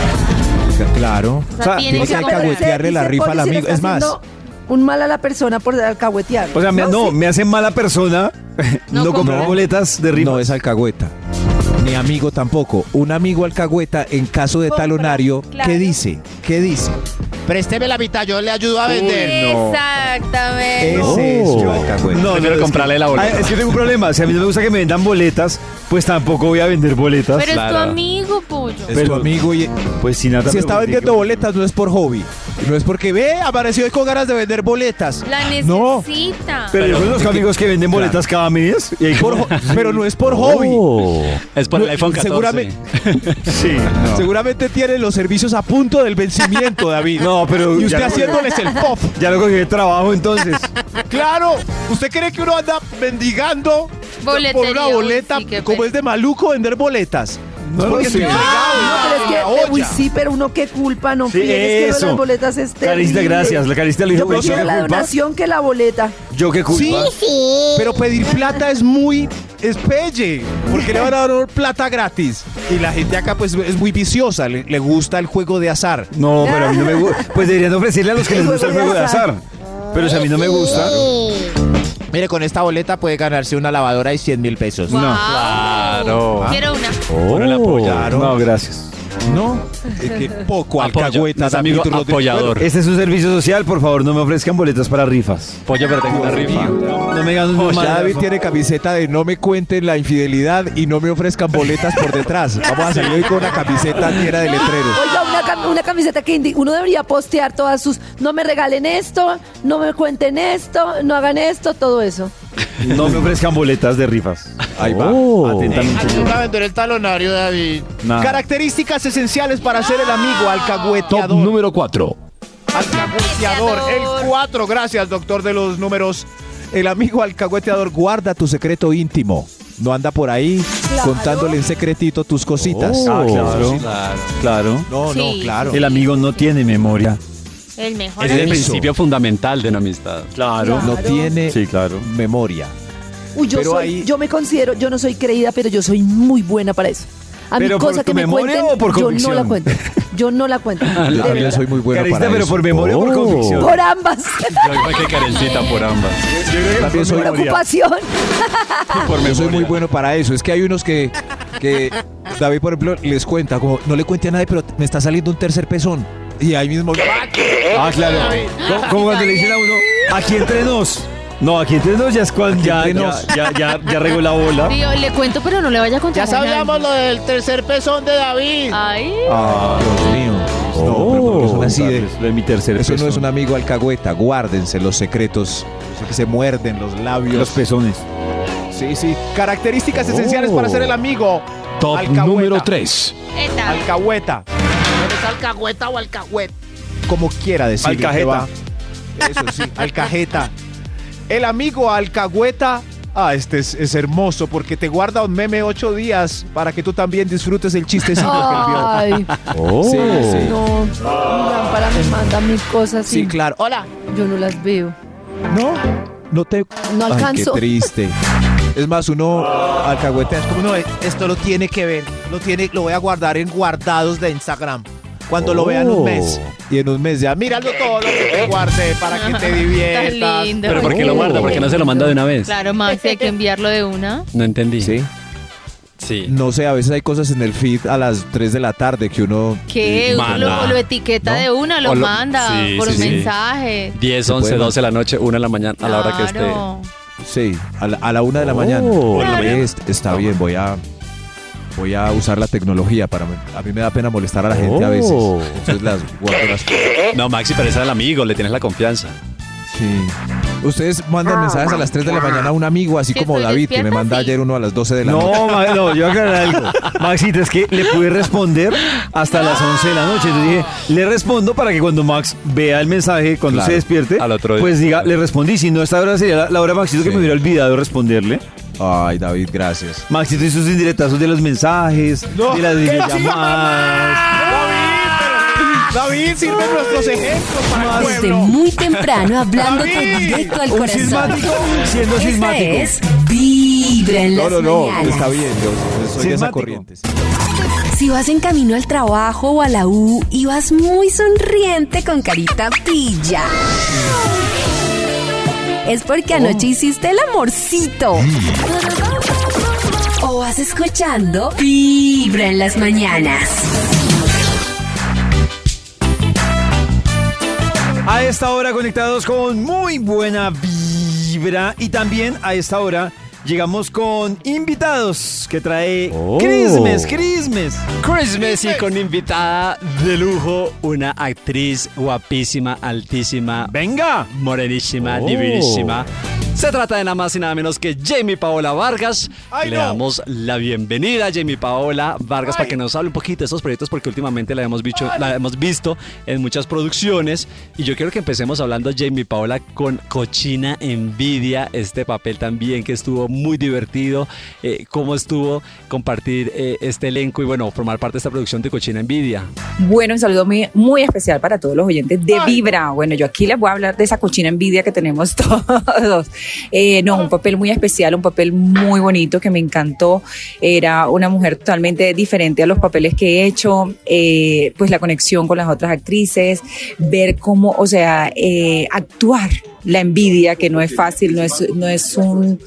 Claro. O sea, tiene tiene que que comprar. alcahuetearle la Dice, rifa al "Porque si le amigo. está Es más, haciendo Un mal a la persona por alcahuetear. O sea, me, no, me hace mala persona no, No comprar comprar. boletas de rifa. no es alcahueta. Ni amigo tampoco. Un amigo alcahueta en caso de Compra, talonario, claro. ¿qué dice? ¿Qué dice? Présteme la mitad, yo le ayudo a vender. Exactamente. Oh. Ese es yo alcahueta. No, Prefiero es comprarle que- la boleta. Ah, Es que tengo un problema. Si a mí no me gusta que me vendan boletas, pues tampoco voy a vender boletas. Pero es tu Claro. amigo, pollo. Es tu Pero- amigo y Pues si nada. si está preguntico. vendiendo boletas no es por hobby. No es porque ve, apareció hoy con ganas de vender boletas. La No. necesita. Pero yo conozco amigos que venden Claro. boletas cada mes. Y ahí Por jo- pero no es por hobby. Es por el No, iPhone 14. seguramente- Sí. Seguramente tiene los servicios a punto del vencimiento, David. No, pero Y usted ya- haciéndoles el pop. Ya lo cogí de trabajo entonces. Ah, Claro, ¿usted cree que uno anda mendigando por Boletería, una uy, boleta? sí, qué como pena. es de maluco vender boletas. No Es lo porque sé. estoy fregado, Ah, No, pero es en que, eh, la uy, olla. sí, pero uno qué culpa, no Ah, Sí, fríen, es que eso. lo de las boletas es Carita, terrible. gracias. La carista le Yo dijo, "Uy, prefiero la culpa? donación que la boleta. Yo qué culpa. Sí, pero pedir plata es muy es pelle, porque le van a dar plata gratis. Y la gente acá pues es muy viciosa, le, le gusta el juego de azar. No, pero a mí no me gusta. Pues deberían ofrecerle a los que les gusta el juego de azar. Pero si a mí no me gusta. Mire, con esta boleta puede ganarse una lavadora y 100 mil pesos. No. Claro. Quiero una. Oh. no No, gracias. No, es que poco alcahueta, Apoya- David Rodríguez. Bueno, Este es un servicio social, por favor, no me ofrezcan boletas para rifas. Pollo, pero tengo una rifa. No me ganas Oye, mal. David tiene camiseta de no me cuenten la infidelidad y no me ofrezcan boletas por detrás. Vamos a salir hoy con una camiseta llena de letreros. Oiga, una, cam- una camiseta que indi- uno debería postear todas sus. No me regalen esto, no me cuenten esto, no hagan esto, todo eso. No me ofrezcan boletas de rifas. Ahí va. Atentamente. vender el talonario, David. Oh. Nada. Características esenciales para ser el amigo Top alcahueteador. número 4. Alcahueteador. El 4, gracias, doctor de los números. El amigo alcahueteador guarda tu secreto íntimo. No anda por ahí contándole en secretito tus cositas. Ah, claro. Claro. Oh, No, no, Sí. claro. El amigo no tiene memoria. El mejor. Es el amigo. principio fundamental de una amistad. Claro. No tiene Sí, claro. memoria. Uy, yo, Pero soy, ahí- yo me considero, yo no soy creída, pero yo soy muy buena para eso. A mí ¿Pero por cosa tu que me memoria cuenten, o por yo no convicción? la cuento. Yo no la cuento. Ah, De la verdad. verdad soy muy bueno Carita, para pero eso. Oh. por memoria o por convicción. Por ambas. Yo creo que Karencita por ambas. También soy Preocupación. Yo soy muy bueno para eso. Es que hay unos que, que David, por ejemplo, les cuenta, como no le cuente a nadie, pero me está saliendo un tercer pezón. Y ahí mismo. Ah, claro. Como- Como cuando le dicen a uno, aquí entre nos. No, aquí entre nos ya es cuando ya, entre ya, nos. ya, ya, ya regó la bola. Digo, le cuento, pero no le vaya a contar. Ya sabíamos lo del tercer pezón de David. Ay. Ah, Dios mío. No, pero ¿por qué son así de- Lo de mi tercer Oh, Eso no pezón. es un amigo alcahueta. Guárdense los secretos. Eso que se muerden los labios. Los pezones. Sí, sí. Características Oh. esenciales para ser el amigo. Top Alcahueta. número 3. Eta. Alcahueta. ¿Eres alcahueta o alcahueta? Como quiera decir. Alcajeta. Eso sí, alcajeta. El amigo alcahueta. Ah, este es, es hermoso porque te guarda un meme ocho días para que tú también disfrutes el chistecito que él Ay, vio. Sí, sí. no. Mi lámpara me manda mil cosas Sí, y claro. Hola. yo no las veo. No, no te. No Ay, alcanzo. qué triste. Es más, uno alcahuetea. Es como, no, esto lo tiene que ver. Lo, tiene, lo voy a guardar en guardados de Instagram. Cuando lo vean un mes. Y en un mes ya, mira. Mirando todo lo que te guardé para que te diviertas. Tan lindo. Pero ¿por qué lo guarda? ¿Por qué no se lo manda de una pues, vez? Claro, Max, hay que enviarlo de una. No entendí. Sí. Sí. No sé, a veces hay cosas en el feed a las 3 de la tarde que uno. eh, ¿Qué? Sí, Uno lo, manda. lo etiqueta ¿No? de una, O lo lo- manda Sí, por sí, sí. mensaje. 10, Se 11, puede 12 de la noche, 1 de la mañana, a la hora que esté. Claro. Sí, a la, a la 1 de la Oh. mañana. Por la Oye, mañana. es- está bien, voy a. Voy a usar la tecnología para. A mí me da pena molestar a la gente a veces. Oh. Entonces las guardo las No, Maxi, pero ese es el amigo, le tienes la confianza. Sí. Ustedes mandan mensajes a las 3 de la mañana a un amigo, así Ah. Si como estoy David, que me despierta, manda sí. ayer uno a las 12 de la noche. No, Ma- no, yo voy a aclarar algo. Maxito, es que le pude responder hasta las 11 de la noche. Entonces dije, le respondo para que cuando Max vea el mensaje, cuando Claro, se despierte, al otro día. pues diga, le respondí. Si no, esta hora sería la, la hora Maxito que Sí. me hubiera olvidado responderle. Ay, David, gracias. Maxito hizo sus indirectazos de los mensajes, de las videollamadas. David, sirve nuestros ejemplos para el Desde pueblo. muy temprano hablándote David, directo al un corazón. sismático siendo Esta sismático. es Vibra en No, las no, no, mañanas. está bien, yo, yo soy de esa Sismático. corriente. sí. Si vas en camino al trabajo o a la U y vas muy sonriente con carita pilla. Es porque anoche hiciste el amorcito. O vas escuchando Vibra en las mañanas. A esta hora conectados con muy buena vibra y también a esta hora llegamos con invitados que trae Oh. Crismes, Crismes. Christmas pues. y con invitada de lujo, una actriz guapísima, altísima, Venga. morenísima, Oh. divinísima. Se trata de nada más y nada menos que Jamie Paola Vargas. Ay, Le no. damos la bienvenida a Jamie Paola Vargas para que nos hable un poquito de estos proyectos porque últimamente la hemos, bicho- la hemos visto en muchas producciones. Y yo quiero que empecemos hablando, Jamie Paola, con Cochina Envidia, este papel también que estuvo muy divertido. Eh, ¿Cómo estuvo compartir eh, este elenco y bueno, formar parte de esta producción de Cochina Envidia? Bueno, un saludo muy, muy especial para todos los oyentes de Ay. Vibra. Bueno, yo aquí les voy a hablar de esa cochina envidia que tenemos todos. Eh, no, un papel muy especial, un papel muy bonito que me encantó. Era una mujer totalmente diferente a los papeles que he hecho, eh, pues la conexión con las otras actrices, ver cómo, o sea, eh, actuar la envidia, que no es fácil, no es, no es un,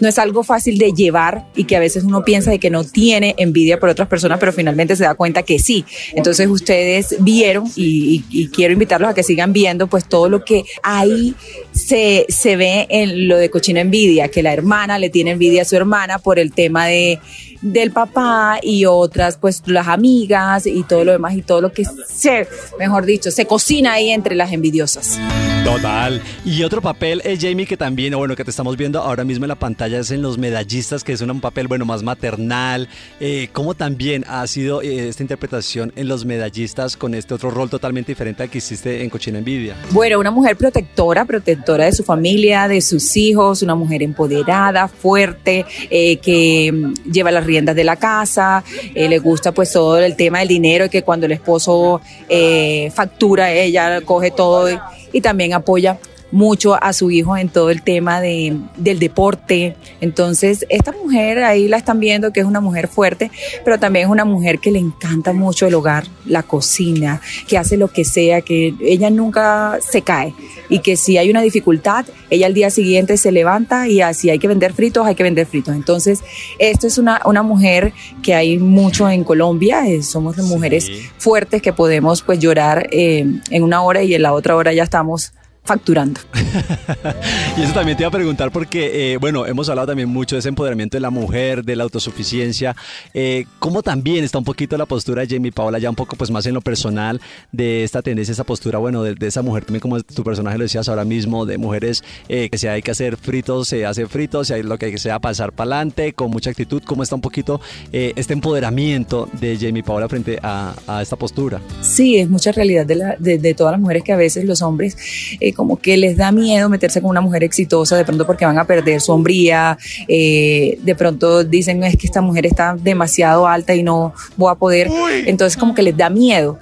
no es algo fácil de llevar y que a veces uno piensa de que no tiene envidia por otras personas, pero finalmente se da cuenta que sí. Entonces ustedes vieron y, y- y quiero invitarlos a que sigan viendo pues todo lo que ahí se, se ve en lo de cochina envidia, que la hermana le tiene envidia a su hermana por el tema de del papá y otras pues las amigas y todo lo demás y todo lo que se, mejor dicho, se cocina ahí entre las envidiosas. Total. Y otro papel es Jamie, que también, o bueno, que te estamos viendo ahora mismo en la pantalla, es en Los Medallistas, que es un papel, bueno, más maternal. Eh, ¿Cómo también ha sido eh, esta interpretación en Los Medallistas con este otro rol totalmente diferente al que hiciste en Cochina Envidia? Bueno, una mujer protectora, protectora de su familia, de sus hijos, una mujer empoderada, fuerte, eh, que mm, lleva las riendas de la casa, eh, le gusta pues todo el tema del dinero y que cuando el esposo eh, factura, ella coge todo y, y también apoya mucho a su hijo en todo el tema de, del deporte. Entonces, esta mujer ahí la están viendo que es una mujer fuerte, pero también es una mujer que le encanta mucho el hogar, la cocina, que hace lo que sea, que ella nunca se cae y que si hay una dificultad, ella al día siguiente se levanta y así hay que vender fritos, hay que vender fritos. Entonces, esto es una, una mujer que hay mucho en Colombia, eh, somos mujeres fuertes que podemos pues llorar eh, en una hora y en la otra hora ya estamos facturando. Y eso también te iba a preguntar porque, eh, bueno, hemos hablado también mucho de ese empoderamiento de la mujer, de la autosuficiencia. Eh, ¿Cómo también está un poquito la postura de Jamie Paola, ya un poco pues más en lo personal, de esta tendencia, esa postura, bueno, de, de esa mujer también, como tu personaje lo decías ahora mismo, de mujeres eh, que si hay que hacer fritos, se hace fritos, si hay lo que sea pasar para adelante, con mucha actitud. ¿Cómo está un poquito eh, este empoderamiento de Jamie Paola frente a, a esta postura? Sí, es mucha realidad de, la- de- de todas las mujeres que a veces los hombres eh, como que les da miedo meterse con una mujer exitosa de pronto porque van a perder su hombría, eh, de pronto dicen es que esta mujer está demasiado alta y no voy a poder, entonces como que les da miedo.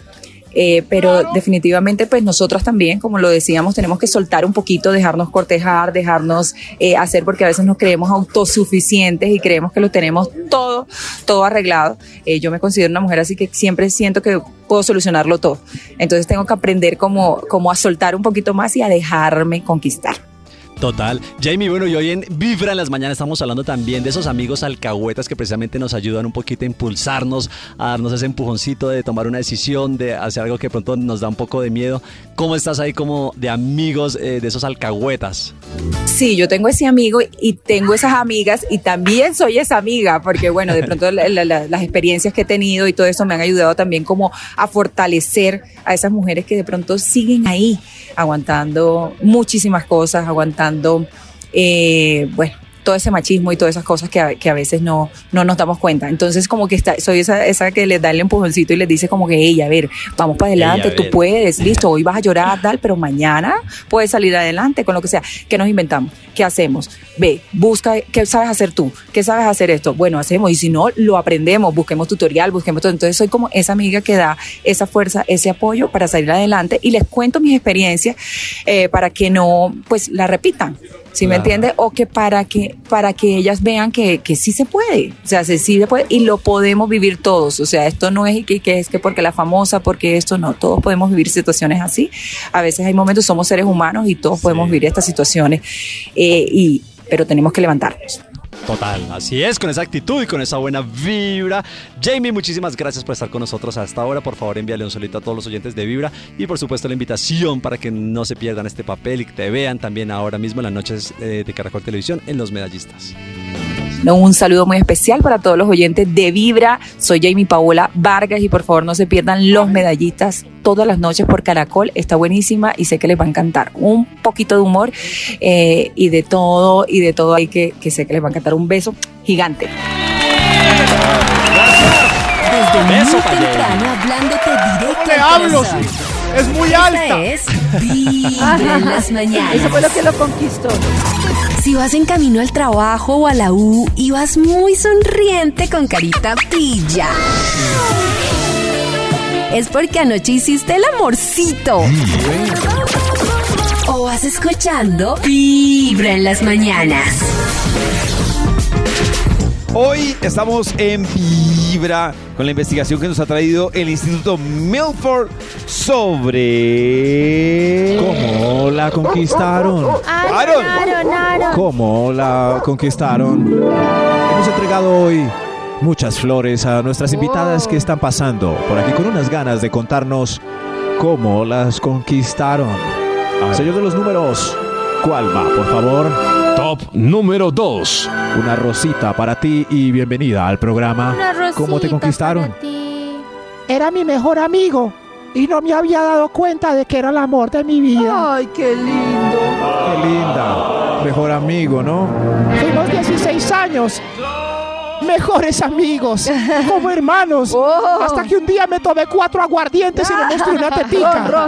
Eh, pero definitivamente, pues nosotras también, como lo decíamos, tenemos que soltar un poquito, dejarnos cortejar, dejarnos eh, hacer, porque a veces nos creemos autosuficientes y creemos que lo tenemos todo, todo arreglado. Eh, yo me considero una mujer así que siempre siento que puedo solucionarlo todo. Entonces tengo que aprender como, como a soltar un poquito más y a dejarme conquistar. Total. Jamie, bueno, y hoy en Vibra en las Mañanas estamos hablando también de esos amigos alcahuetas que precisamente nos ayudan un poquito a impulsarnos, a darnos ese empujoncito de tomar una decisión, de hacer algo que de pronto nos da un poco de miedo. ¿Cómo estás ahí como de amigos eh, de esos alcahuetas? Sí, yo tengo ese amigo y tengo esas amigas y también soy esa amiga, porque bueno, de pronto la- la- la- las experiencias que he tenido y todo eso me han ayudado también como a fortalecer a esas mujeres que de pronto siguen ahí, aguantando muchísimas cosas, aguantando, eh, bueno, todo ese machismo y todas esas cosas que a, que a veces no, no nos damos cuenta. Entonces como que está, soy esa, esa que les da el empujoncito y les dice como que, ella, a ver, vamos para adelante, Ey, a tú ver. puedes, listo, hoy vas a llorar, tal, pero mañana puedes salir adelante con lo que sea. ¿Qué nos inventamos? ¿Qué hacemos? Ve, busca, ¿qué sabes hacer tú? ¿Qué sabes hacer esto? Bueno, hacemos, y si no, lo aprendemos, busquemos tutorial, busquemos todo. Entonces soy como esa amiga que da esa fuerza, ese apoyo para salir adelante y les cuento mis experiencias eh, para que no, pues, la repitan. ¿Sí me Claro. entiende? O que para que, para que ellas vean que, que sí se puede. O sea, se- sí se puede y lo podemos vivir todos. O sea, esto no es que, que es que porque la famosa, porque esto no. Todos podemos vivir situaciones así. A veces hay momentos, somos seres humanos y todos podemos vivir estas situaciones. eh, y, pero tenemos que levantarnos. Total, así es, con esa actitud y con esa buena vibra. Jamie, muchísimas gracias por estar con nosotros hasta ahora. Por favor, envíale un solito a todos los oyentes de Vibra y por supuesto la invitación para que no se pierdan este papel y que te vean también ahora mismo en las noches eh, de Caracol Televisión en Los Medallistas. No, Un saludo muy especial para todos los oyentes de Vibra. Soy Jamie Paola Vargas y por favor no se pierdan los medallistas todas las noches por Caracol. Está buenísima y sé que les va a encantar. Un poquito de humor eh, y de todo, y de todo ahí que, que sé que les va a encantar. Un beso gigante. Desde Beso muy pa' Jenny. temprano hablándote directo le al hablo, corazón. Es muy alta. Vibra en las mañanas. Eso fue lo que lo conquistó. Si vas en camino al trabajo o a la U y vas muy sonriente con carita pilla. Es porque anoche hiciste el amorcito. O vas escuchando Vibra en las mañanas. Hoy estamos en Vibra con la investigación que nos ha traído el Instituto Milford sobre... ¿Cómo la Oh, conquistaron? Oh, ¡Aaron! ¿Cómo la conquistaron? Hemos entregado hoy muchas flores a nuestras invitadas que están pasando por aquí con unas ganas de contarnos cómo las conquistaron. Señor de los números, ¿cuál va, por favor? Top número 2. Una rosita para ti y bienvenida al programa. ¿Cómo te conquistaron? Era mi mejor amigo y no me había dado cuenta de que era el amor de mi vida. Ay, qué lindo. Qué linda. Mejor amigo, ¿no? Fuimos 16 años. Mejores amigos, como hermanos. Hasta que un día me tomé cuatro aguardientes y le mostré una tetica.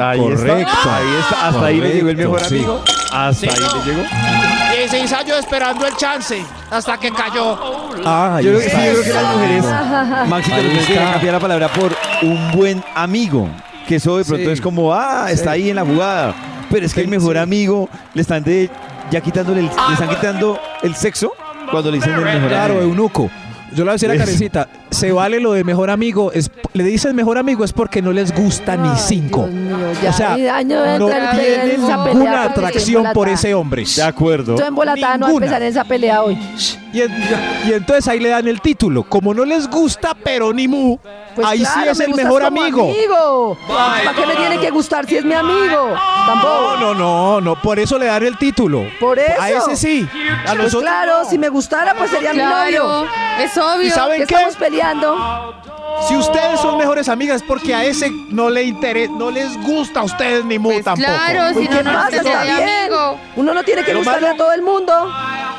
Ahí Correcto. Ahí está. Hasta ahí le llegó el mejor Correcto, sí. amigo. Hasta Sí. ahí le llegó. 16 años esperando el chance hasta que cayó. Ah, yo, creo que- sí, yo creo que las mujeres, Maxi, te Ahí lo tienes que está. cambiar la palabra por un buen amigo. Que eso de pronto Sí. es como, ah, está Sí. ahí en la jugada. Pero es que el mejor amigo le están de, ya quitándole el, le están quitando el sexo cuando le dicen el mejor Claro, amigo. eunuco. Yo le voy a decir a Es- Karencita, se vale lo de mejor amigo, es, le dicen mejor amigo es porque no les gusta ni cinco. ya, o sea, mi daño de no entrar en tienen esa pelea ninguna porque atracción estoy por embolatada. ese hombre. De acuerdo. Estoy embolatada, no voy a empezar en esa pelea hoy. Y, en- y entonces ahí le dan el título. Como no les gusta, pero ni mu, Pues ahí sí claro, es me el gustas mejor como amigo. amigo. ¿Para qué me tiene que gustar si es mi amigo? Tampoco. No, no, no, no, por eso le dan el título. Por eso. A ese sí. A los Pues otros claro, si me gustara, pues sería mi Claro, novio. es obvio. ¿Y saben ¿Qué qué? Estamos peleando. Si ustedes son mejores amigas, porque a ese no le interesa, no les gusta a ustedes ni Pues mu tampoco. claro, si Uy, no, ¿qué no pasa? se Está sería bien. amigo. Uno no tiene que Lo gustarle malo- a todo el mundo.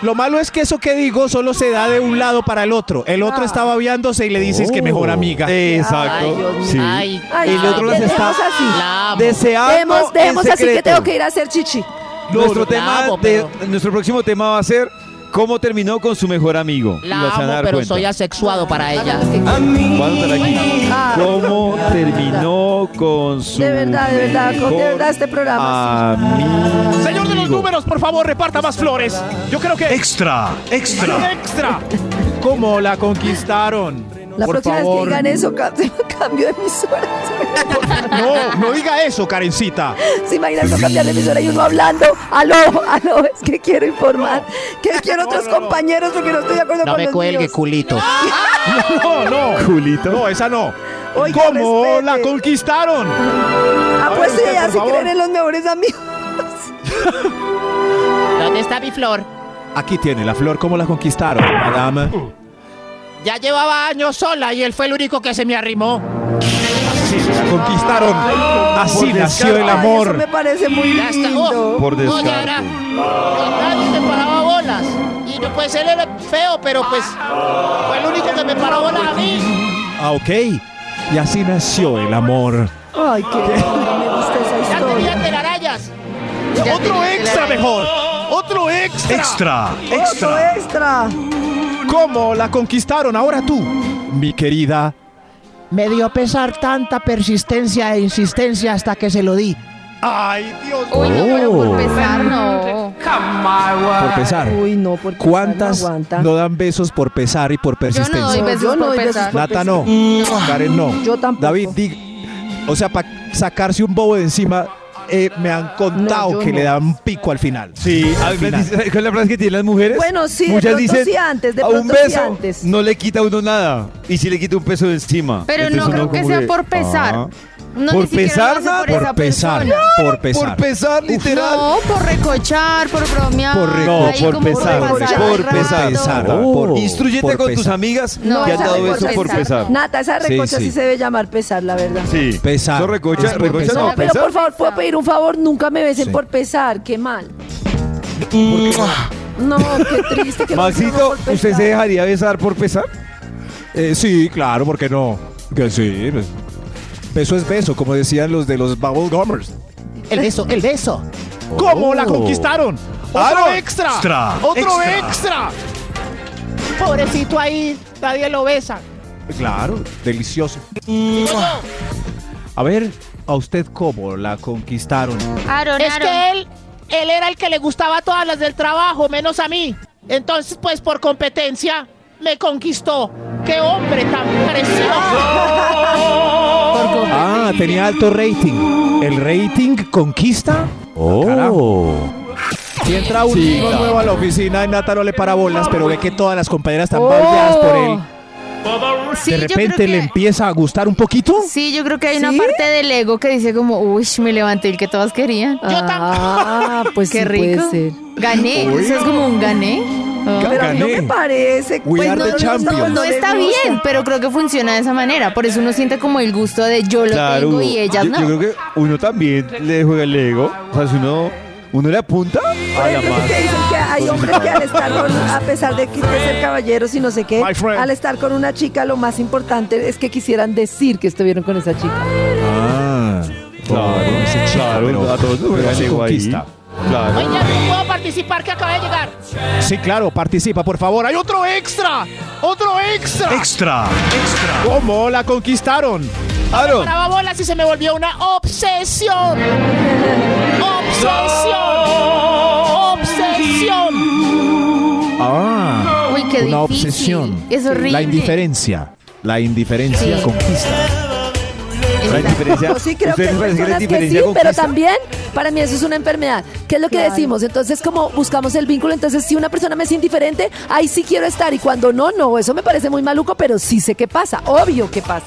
Lo malo es que eso que digo solo se da de un lado para el otro. El Ah. otro está babeándose y le dices que mejor amiga. Exacto. Sí. Ay, el otro las las está así. deseando Dejemos, dejemos en así que secreto. tengo que ir a hacer chichi. Nuestro, no, tema la amo, de- nuestro próximo tema va a ser cómo terminó con su mejor amigo. Y La lo van a amo, dar pero cuenta. soy asexuado para ella. Ah, Van a estar aquí. Ah. ¿Cómo terminó con su De verdad, de verdad, con- de mejor verdad este programa. amigo? Señor de los números, por favor, reparta más flores. Yo creo que. Extra, extra. Extra. ¿Cómo la conquistaron? La por próxima vez que favor. digan eso, ca- cambio de emisora. No, no diga eso, Karencita. ¿Se imaginan no cambiar de emisora y uno hablando? Aló, aló, es que quiero informar. Que quiero otros compañeros porque no estoy de acuerdo No con me los cuelgue, míos. culito. No, no. Culito. No, esa no. ¿Cómo la conquistaron? Ah, pues sí, ya se creen en los mejores amigos. ¿Dónde está mi flor? Aquí tiene la flor, ¿cómo la conquistaron, madame? Ya llevaba años sola y él fue el único que se me arrimó. Sí, la conquistaron. Así nació el Eso me amor. parece muy Ya está. Oh, lindo. Por No, ya descarte. era. Nadie me paraba bolas. Y yo, pues él era feo, pero pues fue el único que me paró bolas a mí. Ah, ok. Y así nació el amor. Ay, qué lindo, me gusta esa Ah. Ya historia. tenía telarañas. Otro extra mejor. Otro extra. Extra. Otro extra. ¿Cómo la conquistaron ahora tú, mi querida? Me dio pesar tanta persistencia e insistencia hasta que se lo di. Ay, Dios Uy, no, pero por Uh. Oh. pesar, no. Por pesar. Uy, no, por pesar, ¿Cuántas no aguanta. no dan besos por pesar y por persistencia? doy besos yo no por doy besos pesar. por Nata pesar. no, Karen no. Yo tampoco. David, dig- o sea, para sacarse un bobo de encima, eh, me han contado yo que no. le dan pico al final. Sí, a Al mí me final. dice- ¿cuál es la frase que tienen las mujeres? Bueno, sí, de Muchas pronto dicen, sí antes, de a un pronto sí beso antes". no le quita a uno nada. Y si le quita un peso de encima. Pero no Entonces uno creo que como sea por pesar. ah. No, ¿Por ni siquiera pesar, lo hace nada? por, Por esa pesar, persona. por pesar. Por pesar, literal. No, por recochar, por bromear. Por re- No, ahí por como pesar, por pasar pesar, el por rato. pesar. pesar, Oh. por- Instruyete por con tus pesar. amigas No, que han esa dado recocha eso por es pesar. Nata, esa Sí, recocha sí, sí. se debe llamar pesar, la verdad. Sí. Pesar. Eso recocha, Es por recocha pesar. no, No, pero pesar. por favor, ¿puedo pedir un favor? Nunca me besen Sí. por pesar, qué mal. No, qué triste que no Maxito, por pesar. ¿usted se dejaría besar por pesar? Eh, sí, claro, ¿por qué no? Que sí. pues. Beso es beso, como decían los de los Bubble Gummers. El beso, el beso. ¿Cómo la conquistaron? Otro Oh. Aaron. extra. Extra, Otro extra. extra. Pobrecito ahí, nadie lo besa. Oh. Claro, delicioso. A ver, ¿a usted cómo la conquistaron? Aaron, Es Aaron. que él, él era el que le gustaba a todas las del trabajo, menos a mí. Entonces, pues por competencia, me conquistó. ¡Qué hombre tan Por precioso! Ah, tenía alto rating. ¿El rating conquista? Oh. Si entra un Sí, chico claro. nuevo a la oficina y Nata no le para bolas, pero ve que todas las compañeras están babeadas por Oh. él. Sí, de yo creo repente le que- empieza a gustar un poquito. Sí, yo creo que hay una parte del ego que dice como, uy, me levanté el que todas querían. Yo también. Ah, pues Qué sí puede rico. ser. Gané. Eso es como un gané. Ah. Pero a mí no me parece. Pues pues, no, no, no, no, no, no está bien, pero creo que funciona de esa manera. Por eso uno siente como el gusto de yo lo tengo y ellas yo, no. yo creo que uno también le juega el ego. O sea, si uno, uno le apunta a la Porque más. Pues, dicen que hay hombres que al estar con, a pesar de que de ser caballeros y no sé qué, My friend. al estar con una chica lo más importante es que quisieran decir que estuvieron con esa chica. Ah, claro, claro, a todos nos pero juega el sí ego ahí. conquista. Claro. Oiga, ¿no puedo participar que acaba de llegar? Sí, claro, participa, por favor. ¡Hay otro extra! ¡Otro extra! ¡Extra! ¡Extra! ¿Cómo la conquistaron? Me Paraba bolas y se me volvió una obsesión. Obsesión. Obsesión. Ah, Uy, qué una difícil. obsesión. Es horrible. La indiferencia. La indiferencia Sí. conquista. La indiferencia. Yo sí creo que ¿Ustedes hay les parece personas que la que sí, indiferencia pero conquista? también para mí eso es una enfermedad. ¿Qué es lo que decimos? Entonces, como buscamos el vínculo, entonces si una persona me es indiferente, ahí sí quiero estar y cuando no, no, eso me parece muy maluco, pero sí sé qué pasa, obvio que pasa.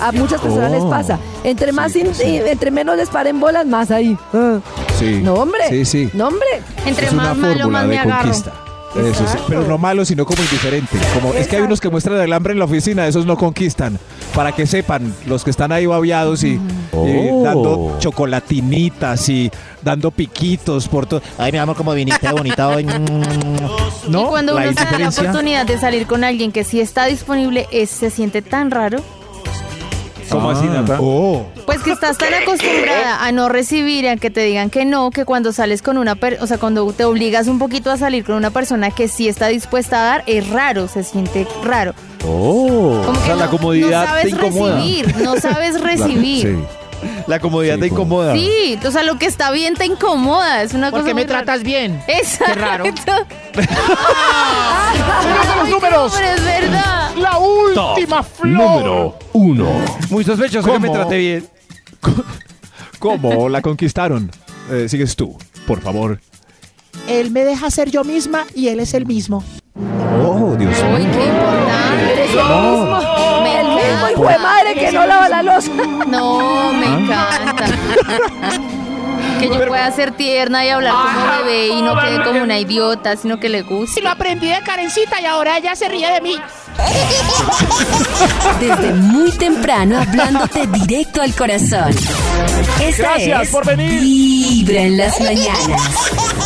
A muchas personas Oh. les pasa. Entre más in- eh, entre menos les paren bolas, más ahí. Ah. Sí. No, hombre. Sí, sí. No, hombre. es una fórmula de conquista. Eso sí, pero no malo, sino como indiferente. Como es que hay unos que muestran el hambre en la oficina, esos no conquistan. Para que sepan, los que están ahí babeados y, y Oh. dando chocolatinitas y dando piquitos por todo. Ay, mi amor, como viniste bonita hoy. Mm. Y ¿No? cuando la uno se da la indiferencia. oportunidad de salir con alguien que sí está disponible, es, se siente tan raro. ¿Cómo así, Nata? Pues que estás tan acostumbrada a no recibir, a que te digan que no, que cuando sales con una persona, o sea, cuando te obligas un poquito a salir con una persona que sí está dispuesta a dar, es raro, se siente raro. Oh, Como o sea, que la no- comodidad no sabes te incomoda. recibir, no sabes Claro, recibir. sí. La comodidad te incomoda. Sí, o sea, lo que está bien te incomoda, es una ¿Por cosa qué me muy rara. tratas bien? Exacto. raro. Ay, los números! pero es verdad. La última flor. Número uno. Muy sospechoso que me trate bien. ¿Cómo la conquistaron? Eh, sigues tú, por favor. Él me deja ser yo misma y él es el mismo. Oh, Dios mío. Eres el No. mismo. Me El encanta. mismo hijo de madre que no lava la losa. No, me encanta. Que yo pueda ser tierna y hablar como bebé y no quede como una idiota, sino que le guste. Si lo aprendí de Karencita y ahora ella se ríe de mí. Desde muy temprano hablándote directo al corazón. Esta Gracias es por venir. Vibra en las mañanas.